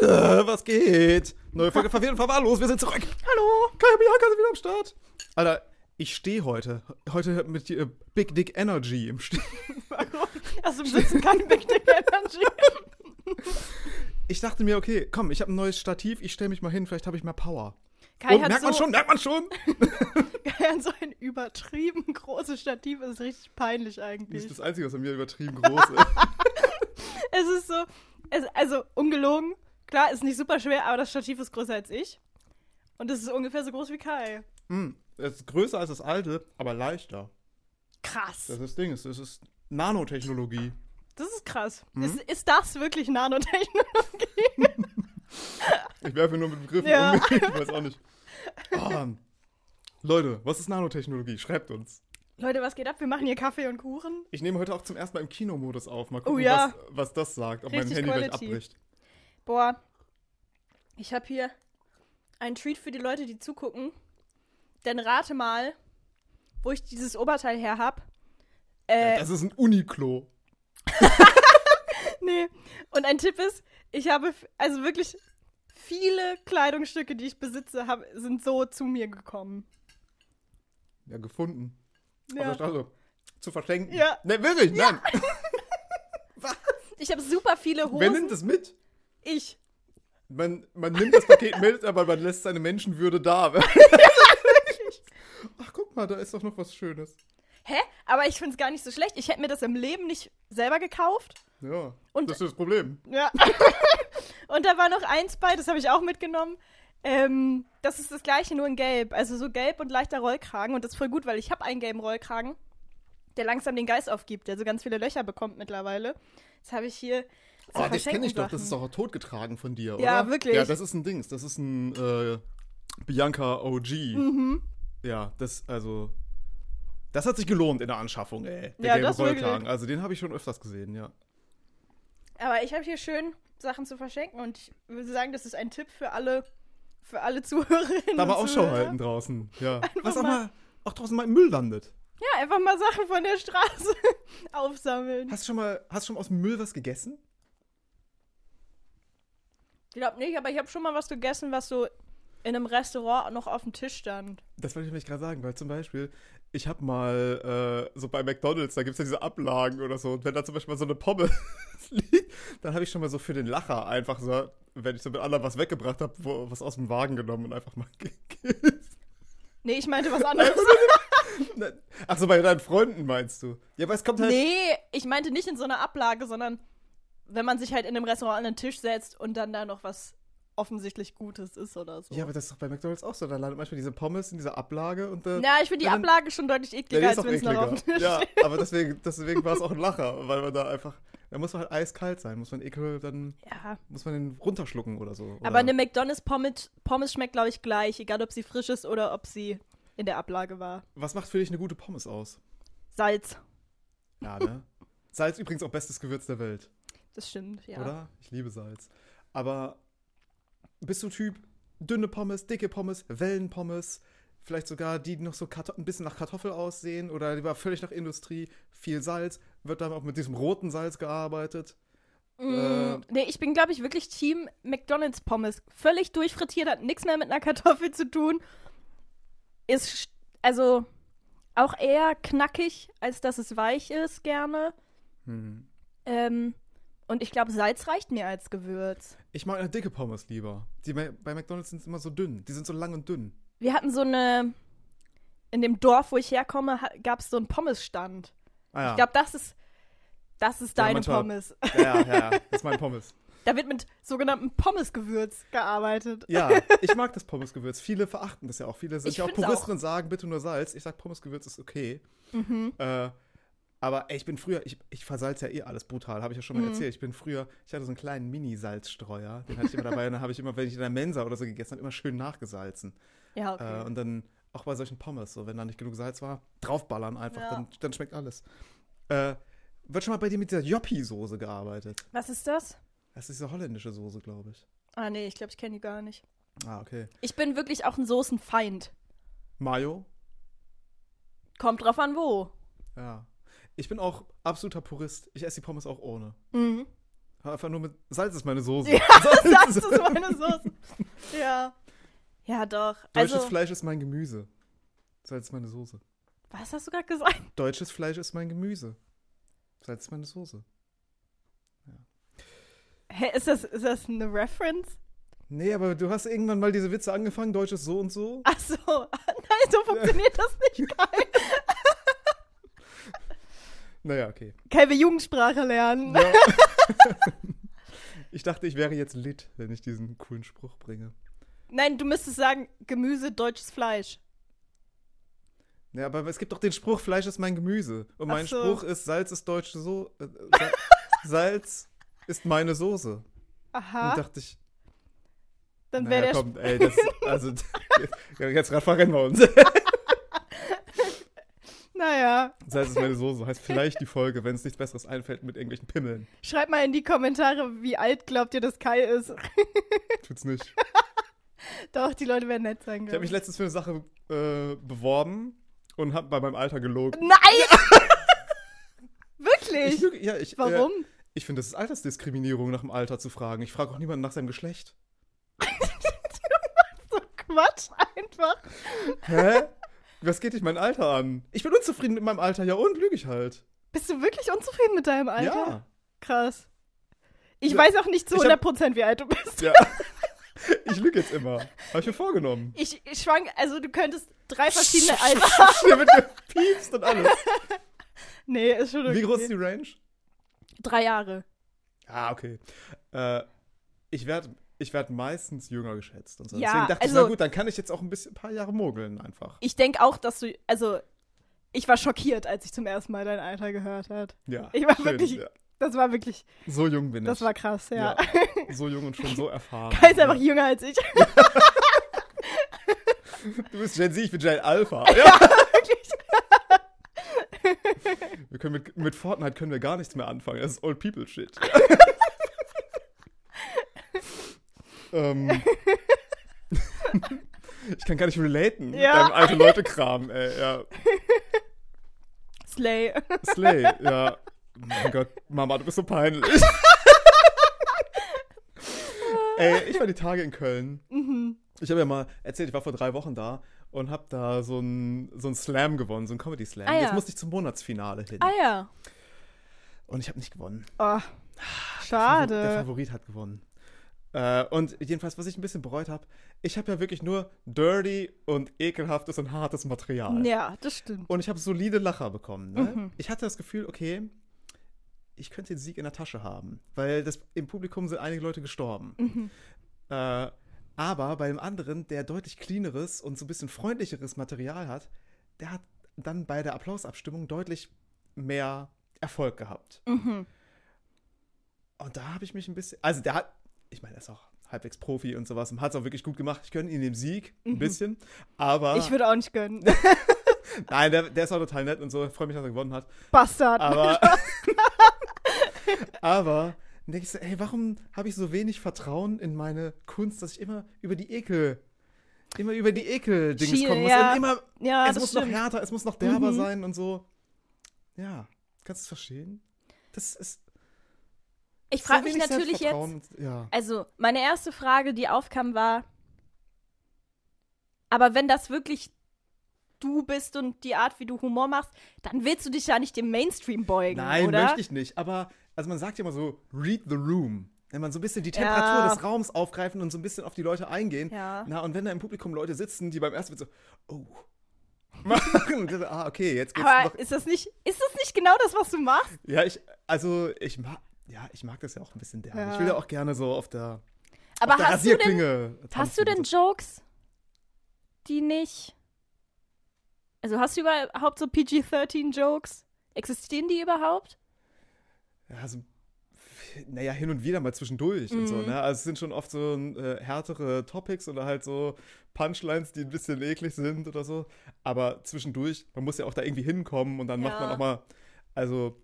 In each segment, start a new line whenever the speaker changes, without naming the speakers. Leute, was geht? Neue Folge verwirrt und verwahrlos, wir sind zurück. Hallo. Kai Bianca sind wieder am Start. Alter, ich stehe heute. Heute mit äh, Big Dick Energy im Stehen.
Also im Sitzen kein Big Dick Energy.
Ich dachte mir, okay, komm, ich habe ein neues Stativ, ich stelle mich mal hin, vielleicht habe ich mehr Power.
Kai
oh, merkt
hat, so,
man schon, merkt man schon.
Kai hat so ein übertrieben großes Stativ. Es ist richtig peinlich
Das
eigentlich.
ist das Einzige, was an mir übertrieben groß ist.
Es ist so, es, also ungelogen. Klar, ist nicht super schwer, aber das Stativ ist größer als ich. Und es ist ungefähr so groß wie Kai.
Hm, es ist größer als das alte, aber leichter. Das
Krass.
ist das Ding, es ist, es ist Nanotechnologie.
Das ist krass.
Mhm.
Ist, ist das wirklich Nanotechnik?
Ich werfe nur mit Begriffen
Ja.
um. Ich weiß auch nicht. Ah, Leute, was ist Nanotechnologie? Schreibt uns.
Leute, was geht ab? Wir machen hier Kaffee und Kuchen.
Ich nehme heute auch zum ersten Mal im Kinomodus auf. Mal gucken,
Oh ja.
was, was das sagt, ob mein
Richtig
Handy gleich
Quality.
abbricht.
Boah, ich habe hier einen Treat für die Leute, die zugucken. Denn rate mal, wo ich dieses Oberteil her hab. Äh,
Das ist ein Uniklo.
nee. Und ein Tipp ist, ich habe, f- also wirklich viele Kleidungsstücke, die ich besitze, hab, sind so zu mir gekommen.
Ja, gefunden.
Ja.
Also, also, zu verschenken.
Ja.
Ne, wirklich, nein.
Ich habe super viele
Wer nimmt
Hosen.
das mit?
Ich.
Man, man nimmt das Paket mit, aber man lässt seine Menschenwürde da. Ach, guck mal, da ist doch noch was Schönes.
Hä? Aber ich find's gar nicht so schlecht. Ich hätte mir das im Leben nicht selber gekauft.
Ja,
Und-
das ist das Problem.
Ja. Und da war noch eins bei, das habe ich auch mitgenommen. Ähm, das ist das gleiche, nur in gelb. Also so gelb und leichter Rollkragen. Und das ist voll gut, weil ich habe einen gelben Rollkragen, der langsam den Geist aufgibt, der so ganz viele Löcher bekommt mittlerweile. Das habe ich hier. zu
Oh, das kenne
verschenken
ich doch. Das ist
Sachen.
doch totgetragen von dir, oder?
Ja, wirklich.
Ja, das ist ein Dings. Das ist ein äh, Bianca OG. Mhm. Ja, das, also. Das hat sich gelohnt in der Anschaffung, ey. Der
Ja,
gelbe
das wirklich.
Rollkragen. Also, den habe ich schon öfters gesehen, ja.
Aber ich habe hier schön Sachen zu verschenken und ich würde sagen, das ist ein Tipp für alle, für alle Zuhörerinnen.
Da war
und
auch
Zuhörer.
Schau halten draußen. Ja. Was auch
mal-
mal auch draußen mal im Müll landet.
Ja, einfach mal Sachen von der Straße aufsammeln.
Hast du schon mal, hast du schon mal aus dem Müll was gegessen?
Ich glaube nicht, aber ich habe schon mal was gegessen, was so in einem Restaurant noch auf dem Tisch stand.
Das wollte ich nämlich gerade sagen, weil zum Beispiel, ich habe mal äh, so bei McDonalds, da gibt es ja diese Ablagen oder so. Und wenn da zum Beispiel mal so eine Pommes liegt, dann habe ich schon mal so für den Lacher einfach so, wenn ich so mit anderen was weggebracht habe, was aus dem Wagen genommen und einfach mal gegessen.
Nee, ich meinte was anderes.
Achso, bei deinen Freunden meinst du? Ja, aber es kommt halt.
nee, ich meinte nicht in so einer Ablage, sondern wenn man sich halt in einem Restaurant an den Tisch setzt und dann da noch was offensichtlich Gutes ist oder so.
Ja, aber das ist doch bei McDonalds auch so. Da landet manchmal diese Pommes in dieser Ablage und dann.
Na, ich finde die
äh, wenn-
Ablage schon deutlich
Ja,
ekliger,
die ist
als
doch
wenn es noch auf dem
ekliger.
Tisch
Ja,
steht.
aber deswegen, deswegen war es auch ein Lacher, weil man da einfach. Da muss man halt eiskalt sein, muss man Ekel dann.
Ja.
Muss man den runterschlucken oder so.
Aber
oder?
eine McDonalds-Pommes Pommes schmeckt, glaube ich, gleich, egal ob sie frisch ist oder ob sie in der Ablage war.
Was macht für dich eine gute Pommes aus?
Salz,
Ja, ne? Salz übrigens auch bestes Gewürz der Welt,
das stimmt, ja.
oder? Ich liebe Salz. Aber bist du Typ dünne Pommes, dicke Pommes, Wellenpommes? Vielleicht sogar die, die noch so Karto ein bisschen nach Kartoffel aussehen oder lieber völlig nach Industrie. Viel Salz, wird dann auch mit diesem roten Salz gearbeitet. Äh.
Mm, nee, ich bin, glaube ich, wirklich Team McDonalds-Pommes. Völlig durchfrittiert, hat nichts mehr mit einer Kartoffel zu tun. Ist, sch- also, auch eher knackig, als dass es weich ist, gerne.
Hm.
Ähm, und ich glaube, Salz reicht mir als Gewürz.
Ich mag eine dicke Pommes lieber. Die bei bei McDonalds sind immer so dünn. Die sind so lang und dünn.
Wir hatten so eine, in dem Dorf, wo ich herkomme, gab es so einen Pommesstand.
Ah, ja.
Ich glaube, das ist, das ist
Ja,
deine
manchmal-
Pommes.
ja, ja, ja, das ist mein Pommes.
Da wird mit sogenanntem Pommesgewürz gearbeitet.
Ja, ich mag das Pommesgewürz. Viele verachten das ja auch. Viele sind
Ich
ja auch
find's
Puristen und sagen, bitte nur Salz. Ich sag, Pommesgewürz ist okay.
Mhm.
Äh, aber ey, ich bin früher, ich, ich versalze ja eh alles brutal, habe ich ja
Mhm.
schon mal erzählt. Ich bin früher, ich hatte so einen kleinen Mini-Salzstreuer, den hatte ich immer dabei. und dann habe ich immer, wenn ich in der Mensa oder so gegessen habe, immer schön nachgesalzen.
Ja, okay.
Äh, und dann auch bei solchen Pommes, so wenn da nicht genug Salz war, draufballern einfach,
Ja.
dann, dann schmeckt alles. Äh, wird schon mal bei dir mit dieser Joppi-Soße gearbeitet?
Was ist das?
Das ist diese holländische Soße, glaube ich.
Ah, nee, ich glaube, ich kenne die gar nicht.
Ah, okay.
Ich bin wirklich auch ein Soßenfeind.
Mayo?
Kommt drauf an, wo.
Ja. Ich bin auch absoluter Purist. Ich esse die Pommes auch ohne. Einfach nur mit Salz ist meine Soße.
Ja,
Salz
Salz ist meine Soße. Ja. Ja, doch.
Deutsches
Also,
Fleisch ist mein Gemüse. Salz ist meine Soße.
was hast du gerade gesagt?
Deutsches Fleisch ist mein Gemüse. Salz ist meine Soße.
Hä, ist das, ist das eine Reference?
Nee, aber du hast irgendwann mal diese Witze angefangen, Deutsches so und so.
Ach so. Nein, so funktioniert das nicht. Kai.
Naja, okay.
Kai will Jugendsprache lernen.
Ja. ich dachte, ich wäre jetzt lit, wenn ich diesen coolen Spruch bringe.
Nein, du müsstest sagen, Gemüse, deutsches Fleisch.
Ja, aber es gibt doch den Spruch, Fleisch ist mein Gemüse. Und
Ach
mein
so.
Spruch ist, Salz ist deutsche so äh, Sa Salz ist meine Soße. Und
Aha.
dachte ich,
Dann wäre
naja,
der.
komm, ey, das, also, jetzt gerade verrennen wir uns.
Naja.
Salz ist meine Soße. Heißt vielleicht die Folge, wenn es nichts Besseres einfällt mit irgendwelchen Pimmeln.
Schreibt mal in die Kommentare, wie alt glaubt ihr, dass Kai ist.
Tut's nicht.
Doch, die Leute werden nett sein.
Ich habe mich
glaub
letztens für eine Sache äh, beworben und habe bei meinem Alter gelogen.
Nein!
Ich,
Wirklich?
lüge- ja, ich,
Warum?
Äh, ich finde, das ist Altersdiskriminierung, nach dem Alter zu fragen. Ich frage auch niemanden nach seinem Geschlecht.
So Quatsch einfach.
Hä? Was geht dich mein Alter an? Ich bin unzufrieden mit meinem Alter, ja und lüge ich halt.
Bist du wirklich unzufrieden mit deinem Alter?
Ja.
Krass. Ich
Ja.
weiß auch nicht zu
Ich hab-
100 Prozent, wie alt du bist.
ja. Ich lüge jetzt immer. Habe ich mir vorgenommen.
Ich, ich schwank, also du könntest drei verschiedene Alter.
Hier wird gepiepst und alles.
Nee, ist schon okay.
Wie groß ist die Range?
Drei Jahre.
Ah, okay. Äh, ich werde ich werd meistens jünger geschätzt. Und so.
Ja,
Deswegen dachte ich,
also-
na gut, dann kann ich jetzt auch ein bisschen ein paar Jahre mogeln einfach.
Ich denke auch, dass du, also ich war schockiert, als ich zum ersten Mal dein Alter gehört hat.
Ja,
Ich war wirklich-
ja.
Das war wirklich,
So jung bin
das
ich.
war krass, ja.
So jung und schon so erfahren.
Kai ist einfach jünger als ich.
Du bist Gen Z, ich bin Gen Alpha. Ja. Wir können mit, mit Fortnite können wir gar nichts mehr anfangen. Das ist Old People Shit. ähm, ich kann gar nicht relaten.
Ja.
Deinem alte Leute Kram, ey. Ja.
Slay.
Slay, ja. Mein Gott, Mama, du bist so peinlich. Ey, ich war die Tage in Köln.
Mhm.
Ich habe ja mal erzählt, ich war vor drei Wochen da und habe da so einen so einen Slam gewonnen, so einen Comedy Slam.
Ah, ja.
Jetzt musste ich zum Monatsfinale hin.
Ah ja.
Und ich habe nicht gewonnen.
Oh.
Ah, Der
Schade.
Favorit hat gewonnen. Äh, und jedenfalls, was ich ein bisschen bereut habe, ich habe ja wirklich nur dirty und ekelhaftes und hartes Material.
Ja, das stimmt. Mhm.
Und ich habe solide Lacher bekommen. Ne? Ich hatte das Gefühl, okay, ich könnte den Sieg in der Tasche haben, weil das, im Publikum sind einige Leute gestorben.
Mhm.
Äh, aber bei dem anderen, der deutlich cleaneres und so ein bisschen freundlicheres Material hat, der hat dann bei der Applausabstimmung deutlich mehr Erfolg gehabt.
Mhm.
Und da habe ich mich ein bisschen. Also, der hat. Ich meine, er ist auch halbwegs Profi und sowas und hat es auch wirklich gut gemacht. Ich gönne ihm den Sieg ein bisschen. Aber.
Mhm. Ich würde auch nicht gönnen.
Nein, der, der ist auch total nett und so. Ich freue mich, dass er gewonnen hat.
Bastard.
Aber. aber. Dann denke ich so, ey, warum habe ich so wenig Vertrauen in meine Kunst, dass ich immer über die Ekel. Immer über die Ekel-Dings
Schiene,
kommen muss.
ja.
Und immer.
ja,
es
das
muss
stimmt. Mhm.
noch härter, es muss noch derber sein und so. Ja. Kannst du es verstehen? Das ist.
Ich
so
frage mich
wenig
natürlich jetzt,
Selbstvertrauen und- Ja.
also meine erste Frage, die aufkam, war, aber wenn das wirklich du bist und die Art, wie du Humor machst, dann willst du dich ja nicht dem Mainstream beugen,
Nein,
oder?
möchte ich nicht. Aber also man sagt ja immer so, read the room. Wenn man so ein bisschen die Temperatur
Ja.
des Raums aufgreifen und so ein bisschen auf die Leute eingehen.
Ja.
Na, und wenn da im Publikum Leute sitzen, die beim ersten Witz so, oh, machen. und dann, ah, okay, jetzt geht's
Aber
noch.
ist das nicht, ist das nicht genau das, was du machst?
Ja, ich, also ich mag, ja, ich mag das ja auch ein bisschen derbe.
Ja.
Ich will ja auch gerne so auf der,
Aber
auf der
hast du denn,
Rasierklinge.
hast du
tanzen
denn
und so.
Jokes, die nicht, also hast du überhaupt so PG-13-Jokes? Existieren die überhaupt?
Ja, so, naja, hin und wieder mal zwischendurch und
Mhm.
so, ne? Also es sind schon oft so äh, härtere Topics oder halt so Punchlines, die ein bisschen eklig sind oder so. Aber zwischendurch, man muss ja auch da irgendwie hinkommen und dann macht man
Ja.
auch mal, also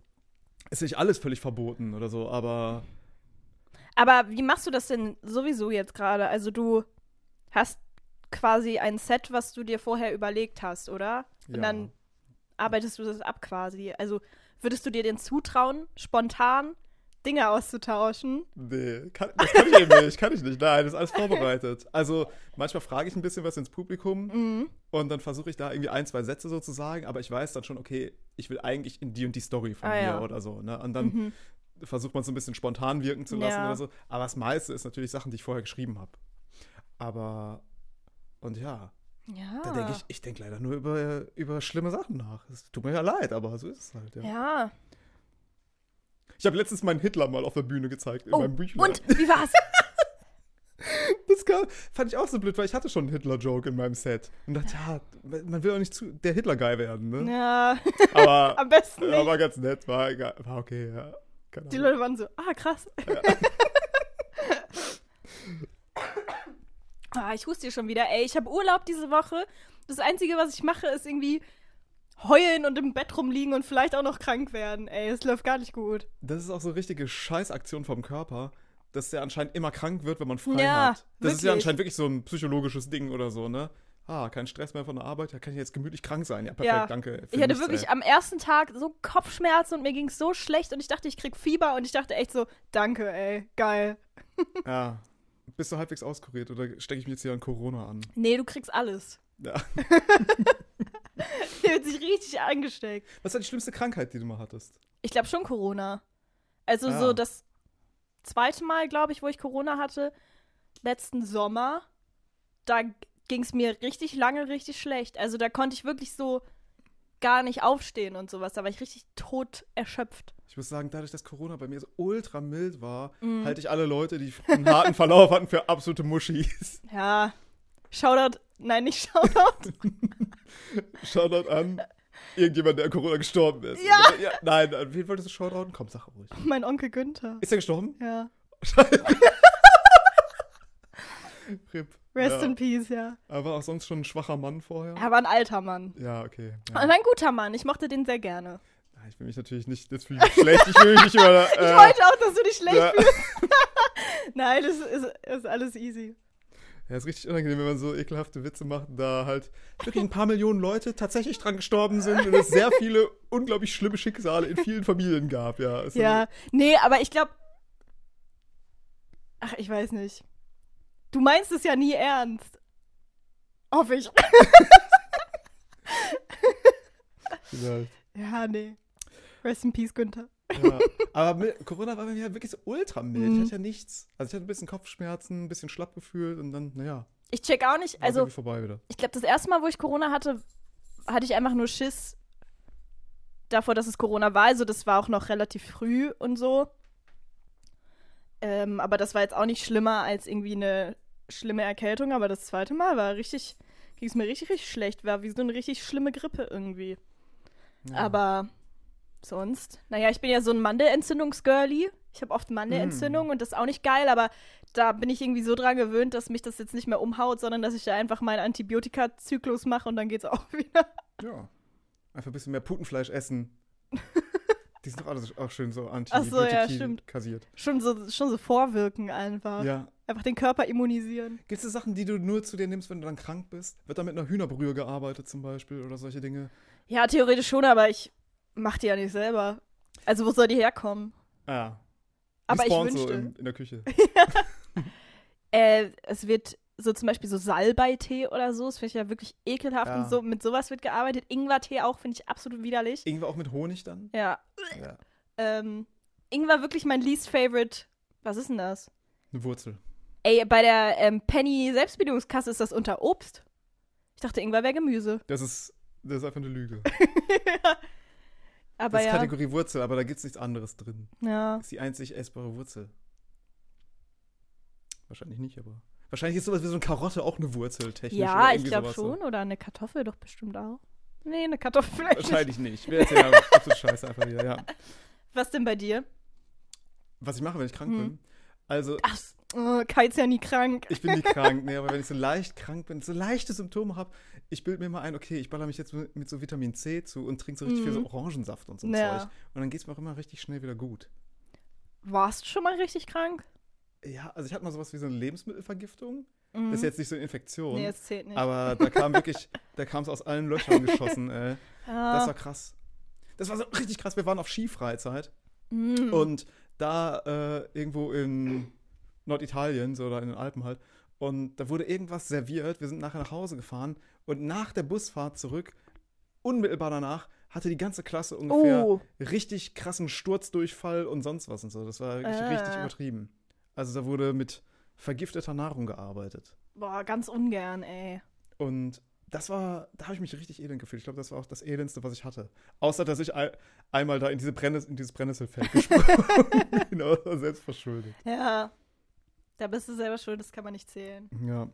ist nicht alles völlig verboten oder so, aber
Aber wie machst du das denn sowieso jetzt gerade? Also du hast quasi ein Set, was du dir vorher überlegt hast, oder? Und
Ja.
dann arbeitest du das ab quasi. Also würdest du dir den zutrauen, spontan Dinge auszutauschen.
Nee, kann, das kann ich eben nicht, kann ich nicht. Nein, das ist alles vorbereitet. Also manchmal frage ich ein bisschen was ins Publikum
Mhm.
und dann versuche ich da irgendwie ein, zwei Sätze sozusagen, aber ich weiß dann schon, okay, ich will eigentlich in die und die Story von
Ah,
mir
ja. Mhm.
oder so. Ne? Und dann versucht man es ein bisschen spontan wirken zu lassen
Ja.
oder so. Aber das meiste ist natürlich Sachen, die ich vorher geschrieben habe. Aber, und ja,
Ja.
da denke ich, ich denke leider nur über, über schlimme Sachen nach. Es tut mir ja leid, aber so ist es halt. Ja.
Ja.
Ich habe letztens meinen Hitler mal auf der Bühne gezeigt in
Oh,
meinem Büchlein.
und wie war's?
Das kam, fand ich auch so blöd, weil ich hatte schon einen Hitler-Joke in meinem Set. Und dachte, ja, man will auch nicht zu der Hitler-Guy werden, ne?
ja,
Aber,
am besten nicht.
aber war ganz nett, war, egal- war okay, ja. Keine
Die
Ahnung.
Leute waren so, ah, krass. ah, ich huste hier schon wieder. Ey, ich habe Urlaub diese Woche. Das Einzige, was ich mache, ist irgendwie heulen und im Bett rumliegen und vielleicht auch noch krank werden. Ey, es läuft gar nicht gut.
Das ist auch so richtige Scheißaktion vom Körper, dass der anscheinend immer krank wird, wenn man frei
Ja,
hat. Das ist ja
wirklich.
anscheinend wirklich so ein psychologisches Ding oder so, ne? Ah, kein Stress mehr von der Arbeit, ja, kann ich jetzt gemütlich krank sein. Ja, perfekt,
Ja.
danke. für
Ich hatte
nichts,
wirklich
ey.
am ersten Tag so Kopfschmerzen und mir ging es so schlecht und ich dachte, ich krieg Fieber und ich dachte echt so, danke, ey, geil.
Ja. Bist du halbwegs auskuriert oder stecke ich mich jetzt hier an Corona an?
Nee, du kriegst alles.
Ja.
Der wird sich richtig angesteckt.
Was war die schlimmste Krankheit, die du mal hattest?
Ich glaube schon Corona. Also
Ah.
so das zweite Mal, glaube ich, wo ich Corona hatte, letzten Sommer, da ging es mir richtig lange richtig schlecht. Also da konnte ich wirklich so gar nicht aufstehen und sowas. Da war ich richtig tot erschöpft.
Ich muss sagen, dadurch, dass Corona bei mir so ultra mild war,
Mhm.
halte ich alle Leute, die einen harten Verlauf hatten, für absolute Muschis.
Ja. Shoutout. Nein, nicht Shoutout.
Shoutout an irgendjemand, der an Corona gestorben ist.
Ja.
Also, ja nein, an wen wolltest du Shoutouten? Komm, sag ruhig.
mein Onkel Günther.
Ist er gestorben?
Ja.
Rip.
Rest
ja.
in peace, ja.
Er war auch sonst schon ein schwacher Mann vorher.
Er war ein alter Mann.
Ja, okay. Ja.
Er war ein guter Mann. Ich mochte den sehr gerne.
Ja, Ich will mich natürlich nicht, jetzt fühle ich mich schlecht, ich fühle mich nicht über...
Ich
Äh,
wollte auch, dass du dich schlecht
ja.
Nein, das ist, ist alles easy.
ja, ist richtig unangenehm, wenn man so ekelhafte Witze macht, da halt wirklich ein paar Millionen Leute tatsächlich dran gestorben sind und es sehr viele unglaublich schlimme Schicksale in vielen Familien gab, ja. Ist
Ja, nee, aber ich glaube. Ach, ich weiß nicht. Du meinst es ja nie ernst. Hoffe ich.
Vielleicht.
Ja, nee. Rest in peace, Günther.
halt, Ja. Aber mit, Corona war bei mir halt wirklich so ultra mild.
Mhm.
Ich hatte ja nichts. Also ich hatte ein bisschen Kopfschmerzen, ein bisschen schlapp gefühlt und dann, naja,
Ich check auch nicht.
war
Also,
irgendwie vorbei wieder.
ich glaube, das erste Mal, wo ich Corona hatte, hatte ich einfach nur Schiss davor, dass es Corona war. Also, das war auch noch relativ früh und so. Ähm, aber das war jetzt auch nicht schlimmer als irgendwie eine schlimme Erkältung. Aber das zweite Mal war richtig, ging es mir richtig, richtig schlecht. War wie so eine richtig schlimme Grippe irgendwie.
Ja.
Aber sonst, naja, ich bin ja so ein Mandelentzündungsgirlie. Ich habe oft Mandelentzündung
Hm.
und das ist auch nicht geil, aber da bin ich irgendwie so dran gewöhnt, dass mich das jetzt nicht mehr umhaut, sondern dass ich da einfach meinen Antibiotika-Zyklus mache und dann geht's auch wieder.
Ja. Einfach ein bisschen mehr Putenfleisch essen. Die sind doch alle so- auch schön so
Ach so, ja,
Antibiotiki
stimmt.
kassiert.
Schon so, schon so vorwirken einfach.
Ja.
Einfach den Körper immunisieren.
Gibt es Sachen, die du nur zu dir nimmst, wenn du dann krank bist? Wird da mit einer Hühnerbrühe gearbeitet zum Beispiel oder solche Dinge?
Ja, theoretisch schon, aber ich mach die ja nicht selber. Also wo soll die herkommen?
Ja.
Aber ich
Gespawnt
wünschte.
so in, in der Küche.
Äh, es wird so zum Beispiel so Salbeitee oder so, das finde ich ja wirklich ekelhaft
Ja.
und so, mit sowas wird gearbeitet. Ingwertee auch, finde ich absolut widerlich.
Irgendwo auch mit Honig dann?
Ja,
Ja.
ähm, Ingwer wirklich mein least favorite. Was ist denn das?
Eine Wurzel.
Ey, bei der ähm, Penny Selbstbedienungskasse ist das unter Obst. Ich dachte, Ingwer wäre Gemüse.
Das ist, das ist einfach eine Lüge.
Aber
Das ist
ja,
Kategorie Wurzel, aber da gibt es nichts anderes drin.
ja.
Ist die einzig essbare Wurzel. Wahrscheinlich nicht, aber. Wahrscheinlich ist sowas wie so eine Karotte auch eine Wurzel technisch.
Ja,
oder
ich
irgendwie
glaube
sowas
schon.
So.
Oder eine Kartoffel doch bestimmt auch. Nee, eine Kartoffel vielleicht. nicht.
Wahrscheinlich nicht. Wir erzählen aber absolut Scheiße einfach wieder, ja.
Was denn bei dir?
Was ich mache, wenn ich krank
Hm.
bin. Also,
Ach, äh, Kai ist ja nie krank.
ich bin nie krank, nee, aber wenn ich so leicht krank bin, so leichte Symptome habe, ich bilde mir mal ein, okay, ich baller mich jetzt mit, mit so Vitamin C zu und trinke so richtig viel
Mhm.
so Orangensaft und so ein
Ja.
Zeug. Und dann geht es mir auch immer richtig schnell wieder gut.
Warst du schon mal richtig krank?
Ja, also ich hatte mal sowas wie so eine Lebensmittelvergiftung.
Mhm.
Das ist jetzt nicht so eine Infektion.
nee, es zählt nicht.
aber da kam wirklich, da kam es aus allen Löchern geschossen, ey.
ah,
Das war krass. Das war so richtig krass. Wir waren auf Skifreizeit
mm.
und da äh, irgendwo in Norditalien so, oder in den Alpen halt. Und da wurde irgendwas serviert. Wir sind nachher nach Hause gefahren und nach der Busfahrt zurück, unmittelbar danach, hatte die ganze Klasse ungefähr
Oh.
richtig krassen Sturzdurchfall und sonst was und so. Das war wirklich
Ah.
richtig übertrieben. Also da wurde mit vergifteter Nahrung gearbeitet.
Boah, ganz ungern, ey.
Und das war, da habe ich mich richtig elend gefühlt. Ich glaube, das war auch das elendste, was ich hatte. Außer, dass ich ei- einmal da in, diese Brennness in dieses Brennnesselfeld gesprungen bin, Genau, aber selbst verschuldet.
Ja. Da bist du selber schuld, das kann man nicht zählen.
Ja.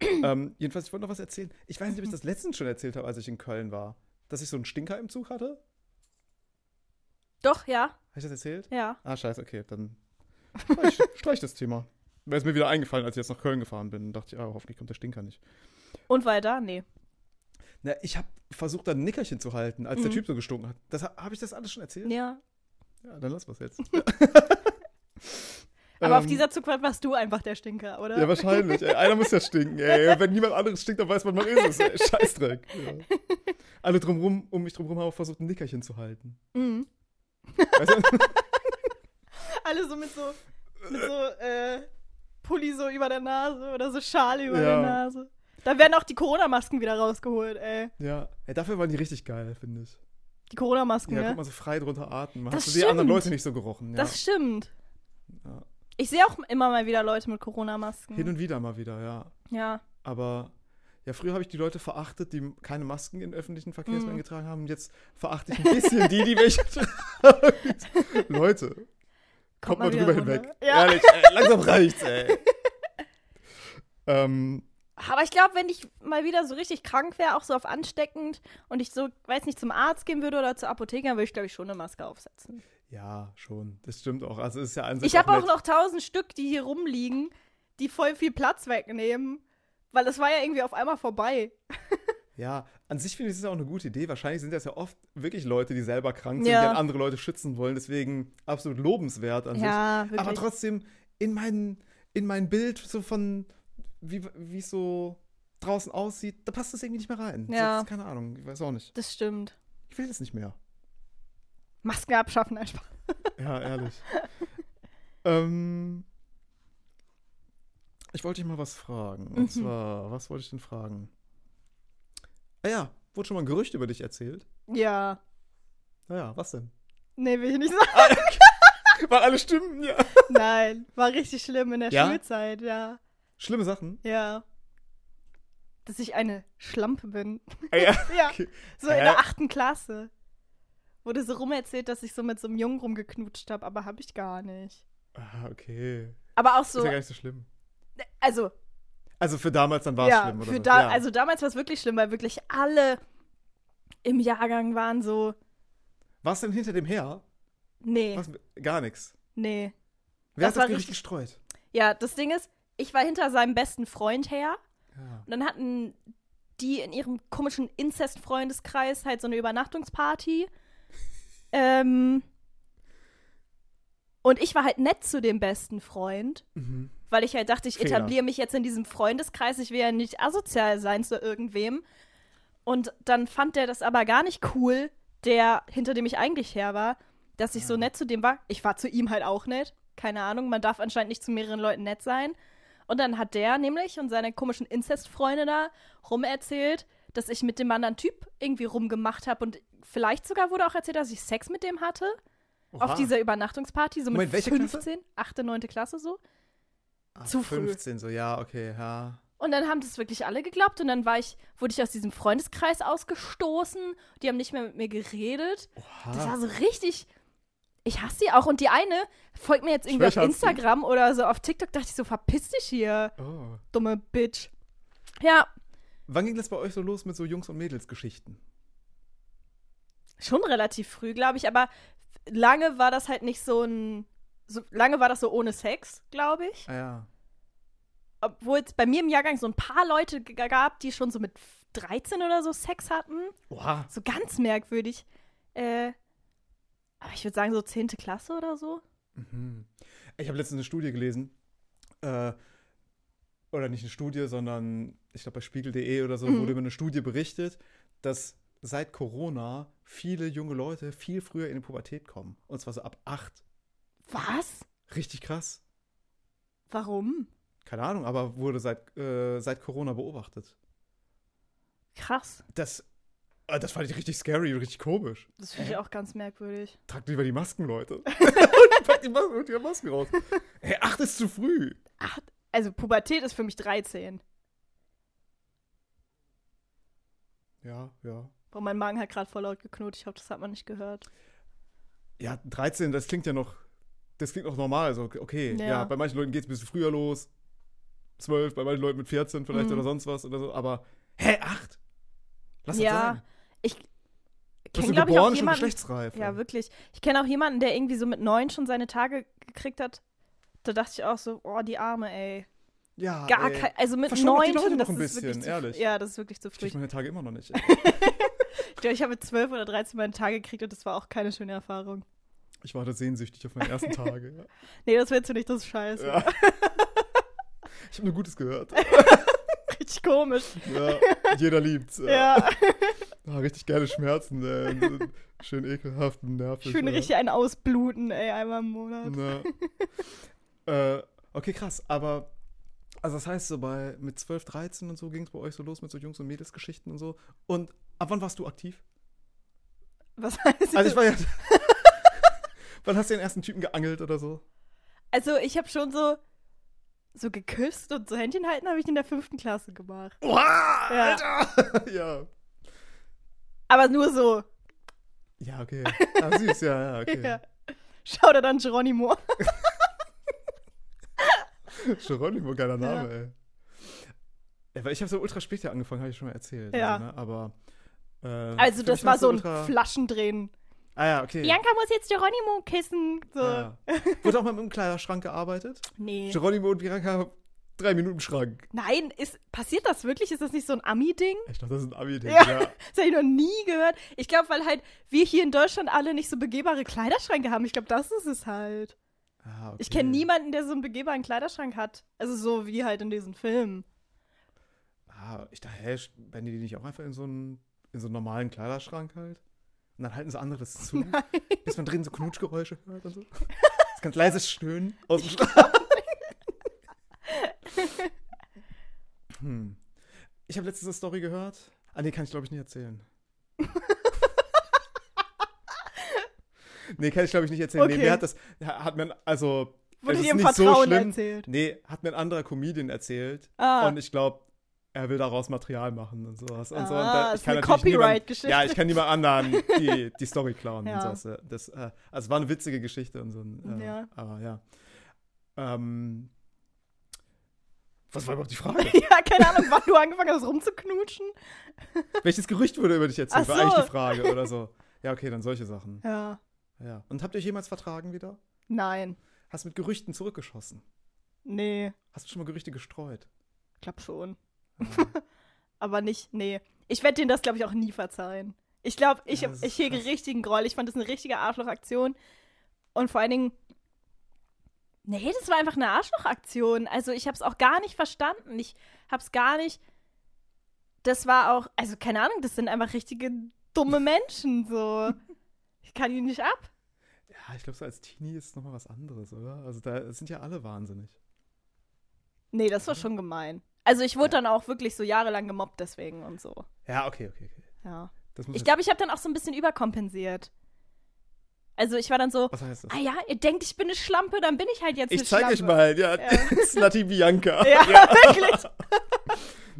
ähm, jedenfalls, ich wollte noch was erzählen. Ich weiß nicht, ob ich das letztens schon erzählt habe, als ich in Köln war, dass ich so einen Stinker im Zug hatte. Habe
Doch, ja,
ich das erzählt?
ja.
Ah, scheiße, okay, dann streich, streich das Thema. Wäre es mir wieder eingefallen, als ich jetzt nach Köln gefahren bin. Dachte ich, ah, hoffentlich kommt der Stinker nicht.
Und weiter? Nee.
Na, ich habe versucht, da ein Nickerchen zu halten, als der
Mhm.
Typ so gestunken hat. Das Habe ich das alles schon erzählt?
Ja.
Ja, dann lass was jetzt.
Aber auf
Ähm,
dieser Zugfahrt warst du einfach der Stinker, oder?
Ja, wahrscheinlich. Ey, einer muss ja stinken. Ey. Wenn niemand anderes stinkt, dann weiß man, man ist es. Ey. Scheißdreck. Ja. Alle drumrum, um mich drumherum haben auch versucht, ein Nickerchen zu halten.
Mhm.
Weißt du?
Alle so mit so, mit so äh, Pulli so über der Nase oder so Schale über
Ja.
der Nase. Da werden auch die Corona-Masken wieder rausgeholt, ey.
Ja. Ey, dafür waren die richtig geil, finde ich.
Die Corona-Masken,
Ja,
ne?
guck mal, so frei drunter atmen. Man
Das
Hast du die anderen
stimmt.
Leute nicht so gerochen. Ja.
Das stimmt.
Ja.
Ich sehe auch immer mal wieder Leute mit Corona-Masken.
Hin und wieder mal wieder, ja.
ja.
Aber ja, früher habe ich die Leute verachtet, die keine Masken in öffentlichen Verkehrsmitteln
Mhm.
getragen haben. Jetzt verachte ich ein bisschen die, die welche tragen. Leute, kommt,
Kommt
mal
mal wieder
drüber
runter.
hinweg.
Ja.
Ehrlich, ey, langsam reicht's, ey. ähm,
Aber ich glaube, wenn ich mal wieder so richtig krank wäre, auch so auf ansteckend und ich so, weiß nicht, zum Arzt gehen würde oder zur Apotheke, dann würde ich, glaube ich, schon eine Maske aufsetzen.
ja, schon. Das stimmt auch. Also es ist ja an sich
Ich habe auch
nett.
noch tausend Stück, die hier rumliegen, die voll viel Platz wegnehmen. Weil es war ja irgendwie auf einmal vorbei.
Ja, an sich finde ich, es ist auch eine gute Idee. Wahrscheinlich sind das ja oft wirklich Leute, die selber krank sind,
Ja.
die dann andere Leute schützen wollen. Deswegen absolut lobenswert an sich. Aber trotzdem in mein, in mein Bild so von, wie wie es so draußen aussieht, da passt das irgendwie nicht mehr rein.
Ja.
Das ist, keine Ahnung, ich weiß auch nicht.
Das stimmt.
Ich will das nicht mehr.
Masken abschaffen einfach.
Ja, ehrlich. ähm, ich wollte dich mal was fragen. Und
Mhm.
zwar, was wollte ich denn fragen? Ah ja, wurde schon mal ein Gerücht über dich erzählt?
Ja.
Naja, was denn?
Nee, will ich nicht sagen.
Weil alle stimmen, ja.
Nein, war richtig schlimm in der
Ja?
Schulzeit, ja.
Schlimme Sachen.
Ja. Dass ich eine Schlampe bin.
Ah, ja.
Ja.
Okay.
So in
Hä?
der achten Klasse. Wurde so rumerzählt, dass ich so mit so einem Jungen rumgeknutscht habe, aber habe ich gar nicht.
Ah, okay.
Aber auch
Ist
so,
ja gar nicht so schlimm.
also,
Also für damals dann war es
ja,
schlimm, oder?
für
was?
da,
ja.
also damals war es wirklich schlimm, weil wirklich alle im Jahrgang waren so,
Was denn hinter dem her?
nee,
Was, gar nichts.
nee.
Wer
Das
hat das
war
Gerücht
richtig-
gestreut?
Ja, das Ding ist, ich war hinter seinem besten Freund her
Ja.
und dann hatten die in ihrem komischen Inzest-Freundeskreis halt so eine Übernachtungsparty. ähm, und ich war halt nett zu dem besten Freund.
Mhm.
weil ich halt dachte, ich
Fehler.
etabliere mich jetzt in diesem Freundeskreis, ich will ja nicht asozial sein zu irgendwem. Und dann fand der das aber gar nicht cool, der hinter dem ich eigentlich her war, dass ich so
Ah.
nett zu dem war. Ich war zu ihm halt auch nett, keine Ahnung, man darf anscheinend nicht zu mehreren Leuten nett sein. Und dann hat der nämlich und seine komischen Inzestfreunde da rumerzählt, dass ich mit dem anderen Typ irgendwie rumgemacht habe und vielleicht sogar wurde auch erzählt, dass ich Sex mit dem hatte auf
Oha.
dieser Übernachtungsparty, so mit
Moment, welche
15,
Klasse?
8., 9. Klasse so.
Ah,
zu früh.
15, so, ja, okay, ja.
Und dann haben das wirklich alle geglaubt und dann war ich, wurde ich aus diesem Freundeskreis ausgestoßen. Die haben nicht mehr mit mir geredet.
Oha.
Das war so richtig. Ich hasse die auch. Und die eine folgt mir jetzt irgendwie
Schwächer
auf
als du.
Instagram oder so auf TikTok. Dachte ich so, verpiss dich hier,
oh.
dumme Bitch. Ja,
Wann ging das bei euch so los mit so Jungs- und Mädelsgeschichten?
schon relativ früh, glaube ich. Aber lange war das halt nicht so ein. So, lange war das so ohne Sex, glaube ich.
Ah ja.
Obwohl es bei mir im Jahrgang so ein paar Leute g- gab, die schon so mit 13 oder so Sex hatten.
Oha.
So ganz merkwürdig. Äh, aber ich würde sagen, so 10. Klasse oder so.
Mhm. Ich habe letztens eine Studie gelesen. Äh, oder nicht eine Studie, sondern ich glaube bei spiegel.de oder so
Mhm.
wurde über eine Studie berichtet, dass seit Corona viele junge Leute viel früher in die Pubertät kommen. Und zwar so ab acht.
Was?
Richtig krass.
Warum?
Keine Ahnung, aber wurde seit, äh, seit Corona beobachtet.
Krass.
Das, äh, das fand ich richtig scary und richtig komisch.
Das finde ich
Äh.
auch ganz merkwürdig.
Tragt lieber die Masken, Leute. und packt die Masken, holt ihre Masken raus. Ey, acht ist zu früh.
Ach, also Pubertät ist für mich 13.
Ja, ja.
Boah, mein Magen hat gerade voll laut geknurrt. Ich hoffe, das hat man nicht gehört.
Ja, 13, das klingt ja noch, das klingt noch normal. So, okay, ja.
Ja.
bei manchen Leuten geht es ein bisschen früher los. 12, bei manchen Leuten mit 14 vielleicht
Mhm.
oder sonst was oder so. Aber, hä, 8? Lass das
ja,
sein.
ich
Bist
kenne,
du
glaube ich, auch
geboren, schon
jemanden.
geschlechtsreif?
Ja, wirklich. Ich kenne auch jemanden, der irgendwie so mit neun schon seine Tage gekriegt hat. Da dachte ich auch so, oh, die Arme, ey.
Ja,
Gar
Ah, ey.
kein, also mit
Verschont doch die
neun
Leute
schon,
noch
das
ein
ist
bisschen,
wirklich zu,
ehrlich.
Ja, das ist wirklich zu
Ich krieg
früh.
meine Tage immer noch nicht.
Ich glaube, ich habe mit zwölf oder dreizehn meine Tage gekriegt und das war auch keine schöne Erfahrung.
Ich warte sehnsüchtig auf meine ersten Tage. Ja.
Nee, das willst du nicht, das ist scheiße.
Ja. Ich habe nur Gutes gehört.
Richtig komisch.
Ja, jeder liebt's.
Ja,
Ah, richtig geile Schmerzen. Äh, schön ekelhaft und nervig.
schön
ja.
richtig ein Ausbluten, ey, einmal im Monat.
Na. äh, okay, krass. Aber, also das heißt so bei, mit 12, 13 und so ging es bei euch so los mit so Jungs- und Mädelsgeschichten und so. Und ab wann warst du aktiv?
Was heißt
Also ich war ja... wann hast du den ersten Typen geangelt oder so?
Also ich habe schon so, so geküsst und so Händchen halten habe ich in der fünften Klasse gemacht.
Oha,
Ja.
Alter! ja.
Aber nur so.
Ja, okay. Ah, süß, ja, ja, okay.
Ja. Schau da dann Geronimo.
Geronimo, geiler Name, ey. Ja, weil ich habe so ultra spät ja angefangen, habe ich schon mal erzählt.
Ja.
Also, ne? Aber. äh,
Also
für
das
mich
war so ein
ultra-
Flaschendrehen.
Ah ja, okay.
Bianca muss jetzt Geronimo kissen. So.
Ja. Wurde auch mal mit einem Kleiderschrank gearbeitet.
Nee.
Geronimo und Bianca drei Minuten im Schrank.
Nein, ist, passiert das wirklich? Ist das nicht so ein Ami-Ding?
Ich dachte, das ist ein Abi-Ding.
Ja.
Ja.
Das habe ich noch nie gehört. Ich glaube, weil halt wir hier in Deutschland alle nicht so begehbare Kleiderschränke haben. Ich glaube, das ist es halt.
Ah, okay.
Ich kenne niemanden, der so einen begehbaren Kleiderschrank hat. Also so wie halt in diesen Filmen.
Ah, ich dachte, hä, werden die die nicht auch einfach in so einen, in so einen normalen Kleiderschrank halt? Und dann halten sie anderes zu, bis man drin so Knutschgeräusche hört und so. Das ganz leises Stöhnen aus dem Schrank. hm. Ich habe letztens eine Story gehört. Ah, nee, kann ich glaube ich nicht erzählen. nee, kann ich glaube ich nicht erzählen. Nee,
Okay.
mir hat das, hat mir, also,
Wurde
es
dir
ist
im
nicht so
Vertrauen
schlimm.
erzählt.
Nee, hat mir ein anderer Comedian erzählt.
Ah.
Und ich glaube, er will daraus Material machen und sowas. Und so. und
Ah,
da, ich
ist
kann
eine
natürlich niemand-
Copyright-Geschichte.
Ja, ich kann niemand anderen die, die Story klauen
Ja.
und sowas. Das, äh, also es war eine witzige Geschichte und so. Äh,
Ja.
Aber ja. Ähm, was war überhaupt die Frage?
Ja, keine Ahnung, wann du angefangen hast rumzuknutschen.
Welches Gerücht wurde über dich erzählt?
Ach
War eigentlich
so.
die Frage oder so. Ja, okay, dann solche Sachen.
Ja.
Ja. Und habt ihr euch jemals vertragen wieder?
Nein.
Hast mit Gerüchten zurückgeschossen?
Nee.
Hast du schon mal Gerüchte gestreut?
Glaub schon.
Ja.
Aber nicht, nee. Ich werde denen das, glaube ich, auch nie verzeihen. Ich glaube, ich,
Ja, das ist
ich hege
krass.
richtigen Groll. Ich fand das eine richtige Arschlochaktion. Und vor allen Dingen. Nee, das war einfach eine Arschlochaktion. Also, ich habe es auch gar nicht verstanden. Ich habe es gar nicht. Das war auch. Also, keine Ahnung, das sind einfach richtige dumme Menschen. So. Ich kann die nicht ab.
Ja, ich glaube, so als Teenie ist nochmal was anderes, oder? Also da sind ja alle wahnsinnig.
Nee, das
Mhm.
war schon gemein. Also, ich wurde dann auch wirklich so jahrelang gemobbt deswegen und so.
Ja, okay, okay, okay.
Ja.
Das muss
Ich
jetzt-
glaube, ich habe dann auch so ein bisschen überkompensiert. Also ich war dann so,
Was heißt das?
ah ja, ihr denkt, ich bin eine Schlampe, dann bin ich halt jetzt
Ich
eine
zeig
Schlampe.
euch mal, ja,
Ja.
Slutty Bianca.
Ja,